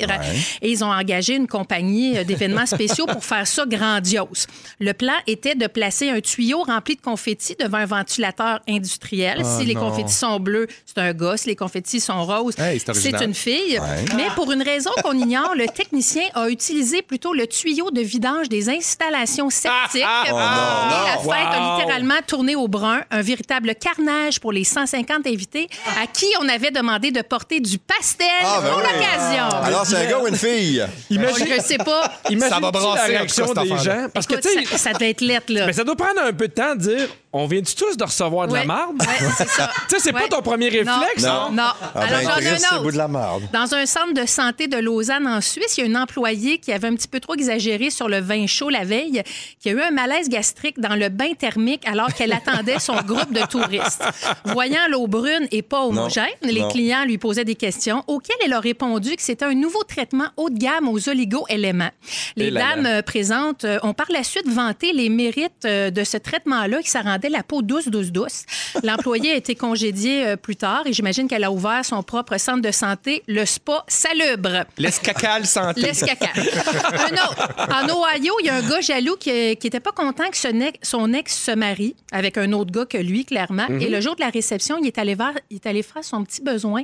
S2: Et ils ont engagé une compagnie euh, d'événements spéciaux pour faire ça grandiose. Le plan était de placer un tuyau rempli de confettis devant un ventilateur industriel.
S1: Ah,
S2: si les
S1: non.
S2: confettis sont bleus, c'est un gosse. Si les confettis sont roses,
S1: Hey, c'est
S2: c'est
S1: original.
S2: une fille.
S1: Ouais.
S2: Mais pour une raison qu'on ignore, le technicien a utilisé plutôt le tuyau de vidange des installations septiques.
S1: ah, ah,
S2: Et la
S1: non.
S2: fête
S1: Wow.
S2: a littéralement tourné au brun. Un véritable carnage pour les 150 invités à qui on avait demandé de porter du pastel
S5: Ah, ben
S2: pour
S5: oui.
S2: l'occasion.
S1: Ah,
S5: Alors, c'est un gars ou une fille?
S1: ben,
S2: Imagine- Je sais pas.
S3: Imagine
S2: Ça va
S3: la
S5: brasser,
S3: réaction
S5: en tout cas,
S3: des
S5: cette affaire-là.
S3: gens. Parce
S2: Écoute,
S3: que, tu
S2: ça, ça devait être lettre, là.
S3: Mais ça doit prendre un peu de temps de dire on vient tous de recevoir de la
S2: Ouais.
S3: marde.
S2: Ouais, c'est ça.
S3: Tu sais, c'est
S2: Ouais.
S3: pas ton premier
S2: Non.
S3: réflexe. hein?
S2: Non. Non. Alors, j'en ai un autre.
S5: marde.
S2: Dans un centre de santé de Lausanne, en Suisse, il y a une employée qui avait un petit peu trop exagéré sur le vin chaud la veille, qui a eu un malaise gastrique dans le bain thermique alors qu'elle attendait son groupe de touristes. Voyant l'eau brune et pas homogène,
S1: Non,
S2: les
S1: non.
S2: clients lui posaient des questions auxquelles elle a répondu que c'était un nouveau traitement haut de gamme aux oligo-éléments. Les
S1: Et là là.
S2: dames euh, présentes euh, ont par la suite vanté les mérites euh, de ce traitement-là qui ça rendait la peau douce, douce, douce. L'employée a été congédiée euh, plus tard et j'imagine qu'elle a ouvert son propre centre de santé, le spa salubre.
S4: L'escacal santé.
S2: Laisse caca. un autre. En Ohio, il y a un gars jaloux qui n'était pas content que son ex, son ex se marie avec un autre gars que lui, clairement.
S4: Mm-hmm.
S1: Mhm.
S2: Et le jour de la réception, il est allé, voir- il est allé faire son petit besoin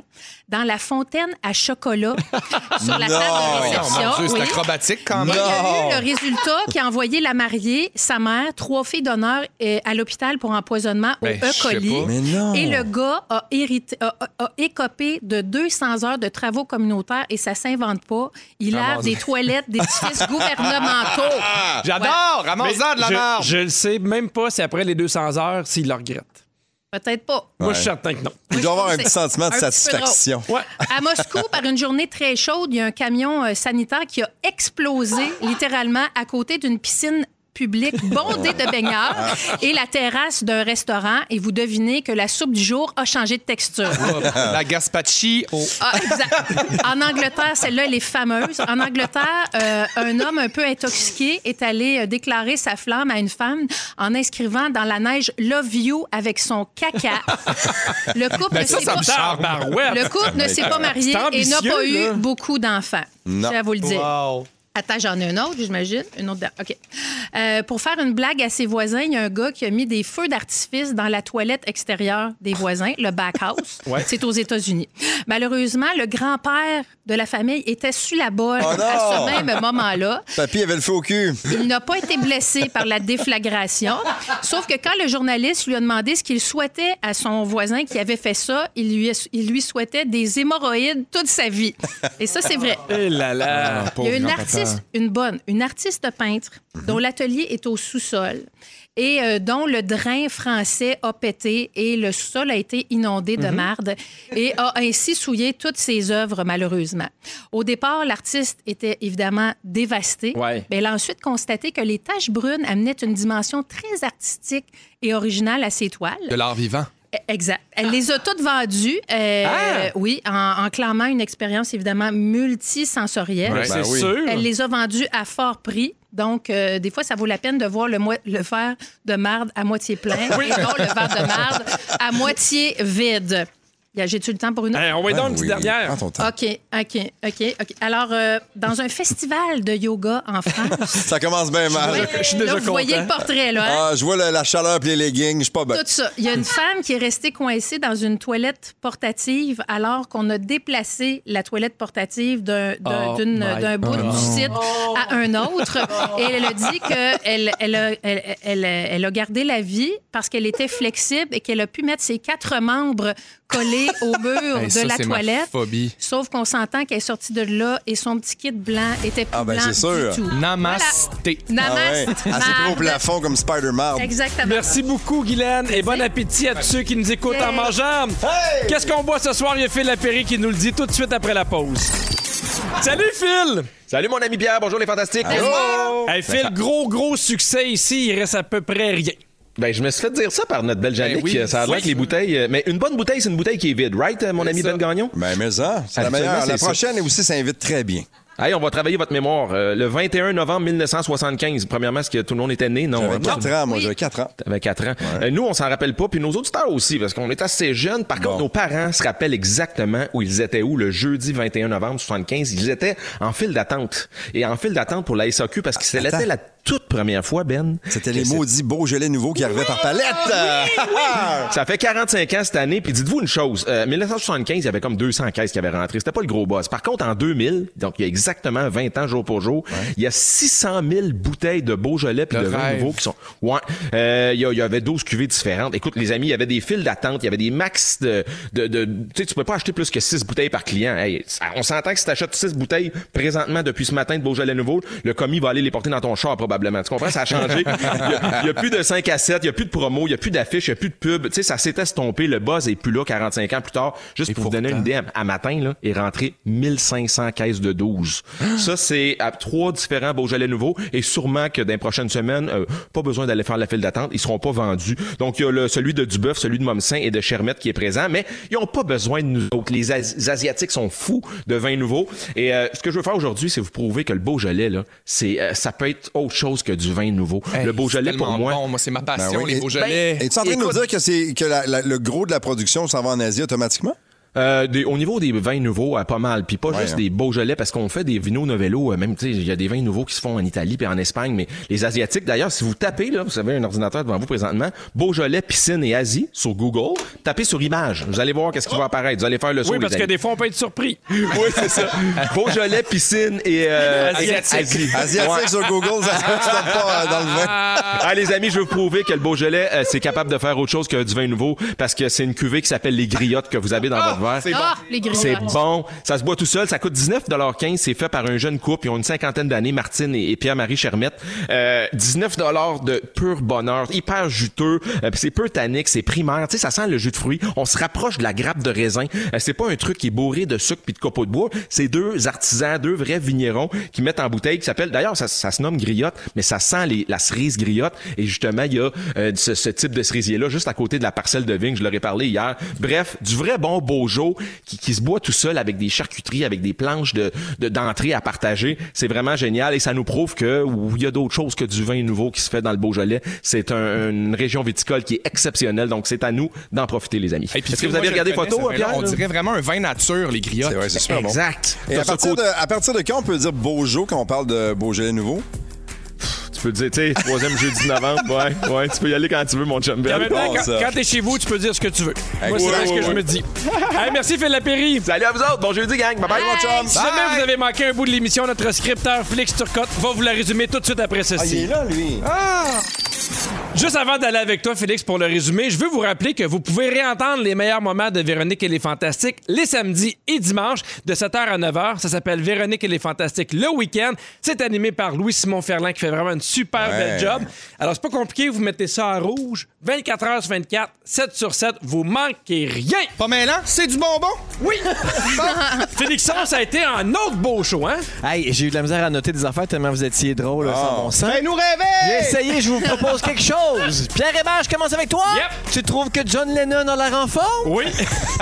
S2: dans la fontaine à chocolat sur la table de
S4: Non,
S2: réception.
S4: Oh, mon Dieu, c'est
S2: Oui.
S4: acrobatique quand
S2: Et
S4: même.
S2: il y a eu le résultat qui a envoyé la mariée, sa mère, trois filles d'honneur euh, à l'hôpital pour empoisonnement au
S1: Ben,
S2: E.
S1: je sais
S2: coli.
S1: pas. Mais non.
S2: Et le gars a, hérité- a- a- a écopé de 200 heures de travaux communautaires et ça s'invente pas. Il
S3: Ah,
S2: a
S3: mon
S2: des
S3: Dieu.
S2: toilettes d'édifices gouvernementaux.
S4: Ah,
S3: J'adore!
S2: Ouais.
S3: Ramasse-en
S2: Mais je-
S3: marde. Je le sais même pas si après les 200 heures, s'il le regrette.
S2: Peut-être pas.
S3: Moi, je suis certain que non.
S5: Il doit avoir un
S2: C'est
S5: petit sentiment de
S2: un petit peu
S5: satisfaction.
S2: drôle. À Moscou, par une journée très chaude, il y a un camion euh, sanitaire qui a explosé littéralement à côté d'une piscine publique bondée de
S5: Ah.
S2: baigneurs et la terrasse d'un restaurant. Et vous devinez que la soupe du jour a changé de texture.
S4: la gaspachi. au-
S2: Ah, exact. En Angleterre, celle-là, elle est fameuse. En Angleterre, euh, un homme un peu intoxiqué est allé euh, déclarer sa flamme à une femme en inscrivant dans la neige Love You avec son caca. Le couple
S1: Ben
S2: ne
S1: ça,
S2: s'est
S1: ça
S2: pas,
S1: me charme. Tabarouette.
S2: Le couple ne s'est pas marié
S1: C'est
S2: et n'a pas
S1: ambitieux,
S2: eu
S1: là.
S2: beaucoup d'enfants. Je
S1: Non.
S2: tiens à vous le dire.
S1: Wow.
S2: Attends, j'en ai un autre, j'imagine. Une autre. dedans. OK. Euh, pour faire une blague à ses voisins, il y a un gars qui a mis des feux d'artifice dans la toilette extérieure des voisins, le backhouse.
S1: Ouais.
S2: C'est aux États-Unis. Malheureusement, le grand-père de la famille était sur la bolle
S5: Oh non!
S2: à ce même moment-là.
S5: Papy avait le feu au cul.
S2: Il n'a pas été blessé par la déflagration. Sauf que quand le journaliste lui a demandé ce qu'il souhaitait à son voisin qui avait fait ça, il lui, il lui souhaitait des hémorroïdes toute sa vie. Et ça, c'est vrai.
S3: Eh là là!
S2: Il y a une artiste, une bonne, une artiste peintre
S1: Mhm.
S2: dont l'atelier est au sous-sol et euh, dont le drain français a pété et le sous-sol a été inondé de
S1: Mhm.
S2: marde et a ainsi souillé toutes ses œuvres, malheureusement. Au départ, l'artiste était évidemment dévastée,
S1: Ouais.
S2: mais elle a ensuite constaté que les taches brunes amenaient une dimension très artistique et originale à ses toiles.
S4: De l'art vivant.
S2: Exact. Elle
S1: Ah.
S2: les a toutes vendues, euh,
S4: Ah!
S2: oui, en, en clamant une expérience évidemment multisensorielle.
S1: Ouais, Ben c'est oui. sûr.
S2: Elle les a vendues à fort prix. Donc, euh, des fois, ça vaut la peine de voir le, moi- le verre de marde à moitié plein
S1: Oui.
S2: et non le verre de marde à moitié vide. Y a- J'ai-tu le temps pour une autre?
S3: Hey, on va y
S4: Ben
S3: donner une petite dernière.
S2: OK, OK, OK, OK. Alors, euh, dans un festival de yoga en France,
S5: Ça commence bien mal.
S2: Ah, Je suis déjà Là, vous content. voyez le portrait, là, hein?
S5: Ah, je vois la, la chaleur puis les leggings. Je suis pas bien.
S2: Tout ça. Il y a une femme qui est restée coincée dans une toilette portative alors qu'on a déplacé la toilette portative d'un d'un-
S1: Oh
S2: d'une-
S1: my
S2: d'un bout
S1: God.
S2: du site
S5: Oh.
S2: à un autre. Et elle a dit qu'elle elle a, elle, elle- elle a gardé la vie parce qu'elle était flexible et qu'elle a pu mettre ses quatre membres collés au mur
S4: Hey,
S2: de
S4: ça,
S2: la
S4: c'est ma
S2: toilette.
S4: phobie.
S2: Sauf qu'on s'entend qu'elle est sortie de là et son petit kit blanc était plus
S5: Ah, ben,
S2: blanc
S5: c'est sûr.
S2: du tout.
S4: Namasté.
S5: Ah ouais.
S2: Namasté.
S5: Elle s'est pris au
S2: Marde.
S5: plafond comme Spider-Man.
S2: Exactement.
S3: Merci beaucoup, Guylaine, et bon appétit à tous ceux qui nous écoutent en mangeant. Qu'est-ce qu'on boit ce soir? Il y a Phil Lapéry qui nous le dit tout de suite après la pause. Salut, Phil!
S12: Salut, mon ami Pierre. Bonjour, les fantastiques.
S4: Oh.
S3: Hey, Phil, gros, gros succès ici. Il reste à peu près rien.
S12: Ben, je me suis fait dire ça par notre belle
S4: Ben
S12: Jannick.
S3: oui,
S12: ça a l'air
S3: oui.
S12: que les bouteilles. euh, Mais une bonne bouteille, c'est une bouteille qui est vide, right, euh, mon ami Ben Gagnon?
S5: Ben, mais ça, c'est la
S12: Habituellement,
S5: meilleure. La
S12: c'est ça.
S5: prochaine aussi s'invite très bien.
S4: Hey, on va travailler votre mémoire. Euh, le 21 novembre 1975, premièrement, est-ce que tout le monde était né? Non.
S5: J'avais
S4: hein?
S5: quatre
S4: Non.
S5: ans, moi, j'avais quatre ans.
S4: T'avais 4 ans. Euh, nous, on s'en rappelle pas, puis nos auditeurs aussi, parce qu'on est assez jeunes. Par contre, nos parents se rappellent exactement où ils étaient où le jeudi 21 novembre 75. Ils étaient en file d'attente. Et en file d'attente pour la SAQ, parce que c'était
S5: Attends.
S4: la toute première fois, Ben.
S5: C'était les maudits Beaujolais nouveaux qui arrivaient par palette. Ah!
S4: Ça fait 45 ans cette année, puis dites-vous une chose, euh, 1975, il y avait comme 200 caisses qui avaient rentré, c'était pas le gros boss. Par contre, en 2000, donc il y a exactement 20 ans jour pour jour, il y a 600 000 bouteilles de Beaujolais puis
S13: Le
S4: de vin
S13: rêve.
S4: nouveau qui sont... Ouais, Euh, il y, a- il y avait 12 cuvées différentes. Écoute, les amis, il y avait des files d'attente, il y avait des max de... de, de- tu sais, tu peux pas acheter plus que 6 bouteilles par client. Hey, ça- on s'entend que si t'achètes 6 bouteilles présentement depuis ce matin de Beaujolais nouveau, le commis va aller les porter dans ton char probablement. Tu comprends? Ça a changé. Il y a- il y a plus de 5 à 7, il n'y a plus de promo, il n'y a plus d'affiches, il n'y a plus de pub. Tu sais, ça s'est estompé. Le buzz est plus là 45 ans plus tard. Juste pour vous donner une idée, à- à matin, là, est rentré 1500 caisses de 12.
S13: Ah!
S4: ça, c'est à trois différents Beaujolais nouveaux et sûrement que dans les prochaines semaines, euh, pas besoin d'aller faire la file d'attente. Ils seront pas vendus. Donc, il y a le- celui de Dubuff, celui de Momsin et de Chermette qui est présent, mais ils n'ont pas besoin de nous autres. Les, As- les Asiatiques sont fous de vins nouveaux. Et euh, ce que je veux faire aujourd'hui, c'est vous prouver que le Beaujolais, là, c'est, euh, ça peut être autre chose que du vin nouveau. le Beaujolais, pour moi, Ben
S13: Bon, moi, c'est ma
S4: Ah,
S13: passion,
S5: Ben oui. Ben,
S13: les Beaujolais.
S5: Es-tu en train de nous dire que, c'est, que la- la- le gros de la production s'en va en Asie automatiquement?
S4: Euh, des- au niveau des vins nouveaux, euh, pas mal. Puis pas
S5: Ouais,
S4: juste
S5: hein.
S4: des Beaujolais, parce qu'on fait des Vino Novello. euh, même, tu sais, il y a des vins nouveaux qui se font en Italie puis en Espagne. Mais les Asiatiques, d'ailleurs, si vous tapez, là, vous avez un ordinateur devant vous présentement, Beaujolais, piscine et Asie sur Google, tapez sur image. Vous allez voir qu'est-ce qui va apparaître. Vous allez faire le saut,
S3: Oui,
S4: les
S3: parce que
S4: amis.
S3: des fois, on peut être surpris.
S4: Oui, c'est ça. Beaujolais, piscine et... euh,
S3: Asiatique.
S4: Asie.
S5: Asiatique
S4: Ouais.
S5: sur Google, ça se peut que tu tapes pas euh, dans le vin.
S4: Ah, les amis, je veux vous prouver que le Beaujolais, euh, c'est capable de faire autre chose que du vin nouveau parce que c'est une cuvée qui s'appelle les griottes que vous avez dans votre verre.
S2: c'est bon. Ah, les griottes.
S4: C'est bon. Ça se boit tout seul. Ça coûte 19,15 C'est fait par un jeune couple. Ils ont une cinquantaine d'années, Martine et, et Pierre-Marie Chermette. Euh, 19 de pur bonheur. Hyper juteux. Euh, puis c'est peu tannique. C'est primaire. Tu sais, ça sent le jus de fruits. On se rapproche de la grappe de raisin. Euh, c'est pas un truc qui est bourré de sucre puis de copeaux de bois. C'est deux artisans, deux vrais vignerons qui mettent en bouteille, qui s'appellent, d'ailleurs, ça, ça se nomme griotte, mais ça sent les, la cerise griotte. Et justement, il y a euh, ce, ce type de cerisier-là juste à côté de la parcelle de vigne, je leur ai parlé hier. Bref, du vrai bon Beaujo qui, qui se boit tout seul avec des charcuteries, avec des planches de, de- d'entrée à partager. C'est vraiment génial et ça nous prouve que oui, il y a d'autres choses que du vin nouveau qui se fait dans le Beaujolais. C'est un- une région viticole qui est exceptionnelle, donc c'est à nous d'en profiter, les amis. Est-ce que vous avez regardé photo,
S13: photos?
S4: Pierre?
S13: On dirait vraiment un vin nature, les griottes.
S5: C'est vrai, c'est super bon.
S4: Exact.
S5: Et
S4: T'as
S5: à
S4: ce
S5: partir,
S4: côté-
S5: de, à partir de quand on peut dire Beaujolais quand on parle de Beaujolais nouveau?
S4: Tu peux dire, tu sais, troisième jeudi de novembre. Ouais, ouais, tu peux y aller quand tu veux, mon chum.
S3: Et en
S4: Ben.
S3: même temps,
S4: Bon,
S3: quand,
S4: ça.
S3: quand t'es chez vous, tu peux dire ce que tu veux. Moi, c'est
S4: Ouais,
S3: vrai ce
S4: ouais,
S3: que je
S4: ouais.
S3: me dis. Hey, merci, Phil Lapéry.
S4: Salut à vous autres. Bon jeudi, gang. Bye bye, mon chum.
S3: Si jamais vous avez manqué un bout de l'émission, notre scripteur Félix Turcotte va vous la résumer tout de suite après
S4: Ah,
S3: ceci.
S5: lui.
S3: Juste avant d'aller avec toi, Félix, pour le résumé, je veux vous rappeler que vous pouvez réentendre les meilleurs moments de Véronique et les Fantastiques les samedis et dimanches de 7h à 9h. Ça s'appelle Véronique et les Fantastiques le week-end. C'est animé par Louis-Simon Ferland qui fait vraiment une super
S5: Ouais.
S3: belle job. Alors, c'est pas compliqué, vous mettez ça en rouge, 24 h sur 24, 7 sur 7, vous manquez rien.
S13: Pas mêlant, c'est du bonbon?
S3: Oui! Félixon, ça a été un autre beau show, hein?
S14: Hey, j'ai eu de la misère à noter des affaires tellement vous étiez drôle, là, sans bon sens.
S13: Fais-nous rêver!
S14: J'ai essayé, je vous propose quelque chose. Pierre Hébert, je commence avec toi. Tu trouves que John Lennon a l'air en forme?
S3: Oui.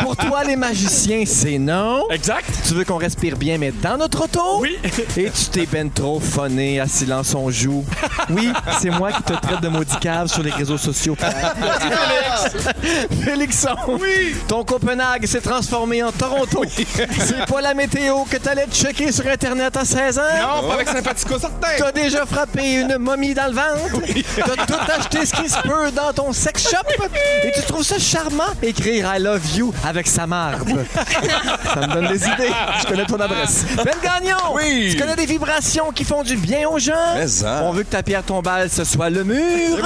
S14: Pour toi, les magiciens, c'est non.
S3: Exact.
S14: Tu veux qu'on respire bien, mais dans notre auto? Oui. Et tu t'es ben trop phoné à silence on joue. Oui, c'est moi qui te traite de maudit cave sur les réseaux sociaux. Pierre. Félixon, oui. ton Copenhague s'est transformé en Toronto. C'est pas la météo que t'allais te checker sur Internet à 16 ans.
S13: Non, pas avec Sympatico, certain.
S14: T'as déjà frappé une momie dans le ventre. T'as tout acheté ce qui se peut dans ton sex shop. Et tu trouves ça charmant écrire I love you avec sa marbre. ça me donne des idées. Je connais ton adresse. Ben Gagnon,
S5: Oui.
S14: tu connais des vibrations qui font du bien aux gens.
S5: Mais en.
S14: On veut que ta pierre tombale, ce soit le mur.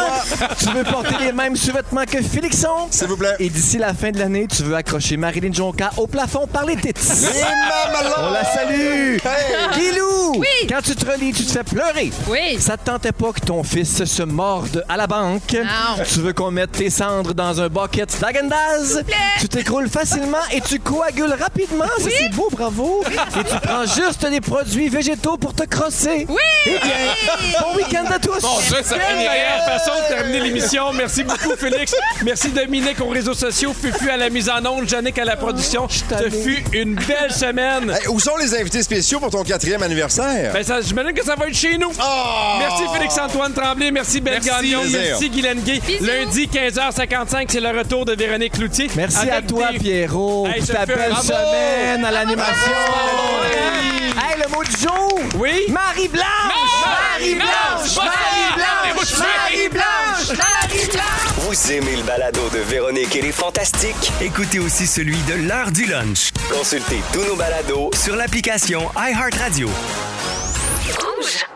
S14: Tu veux porter les mêmes sous-vêtements que Félixon.
S5: S'il vous plaît.
S14: Et d'ici la fin de l'année, tu veux accrocher Marilyn Jonca au plafond par les têtes.
S5: mamelons!
S14: On la salue.
S5: Eh, Hey!
S14: Guilou, nous. Quand tu te relis, tu te fais pleurer.
S2: Oui.
S14: Ça te tentait pas que ton fils se morde à la banque.
S2: Non.
S14: Tu veux qu'on mette tes cendres dans un bucket d'agandaz. Tu t'écroules facilement et tu coagules rapidement. Ça, c'est beau, bravo. Et tu prends juste des produits végétaux pour te crosser.
S2: Oui.
S14: Eh bien, bon week-end à tous.
S3: Bon, ça, ça fait une meilleure façon de terminer l'émission. Merci beaucoup, Félix. Merci, Dominique, aux réseaux sociaux. Fufu à la mise en onde. Jannick à la production. Ce fut une belle semaine.
S5: Hey, où sont les invités spéciaux pour ton quatrième anniversaire?
S3: Ben, ça, j'imagine que ça va être chez nous. Merci Félix-Antoine Tremblay, merci Ben
S5: Ah! Merci.
S3: Gagnon,
S5: Plaisir.
S3: merci Guylaine Gay. Lundi, 15h55, c'est le retour de Véronique Cloutier.
S14: Merci à toi, Pierrot.
S3: Hey,
S14: Puis
S3: je
S14: ta
S3: te fais-
S14: belle
S3: Bravo.
S14: semaine à l'animation.
S3: Bravo.
S14: Hey, le mot du jour.
S3: Oui. Ah!
S14: Marie-Blanche. Marie-Blanche. Marie-Blanche. Marie-Blanche.
S8: Vous aimez le balado de Véronique et les Fantastiques?
S6: Écoutez aussi celui de l'heure du lunch.
S8: Consultez tous nos balados sur l'application iHeartRadio.
S1: Rouge.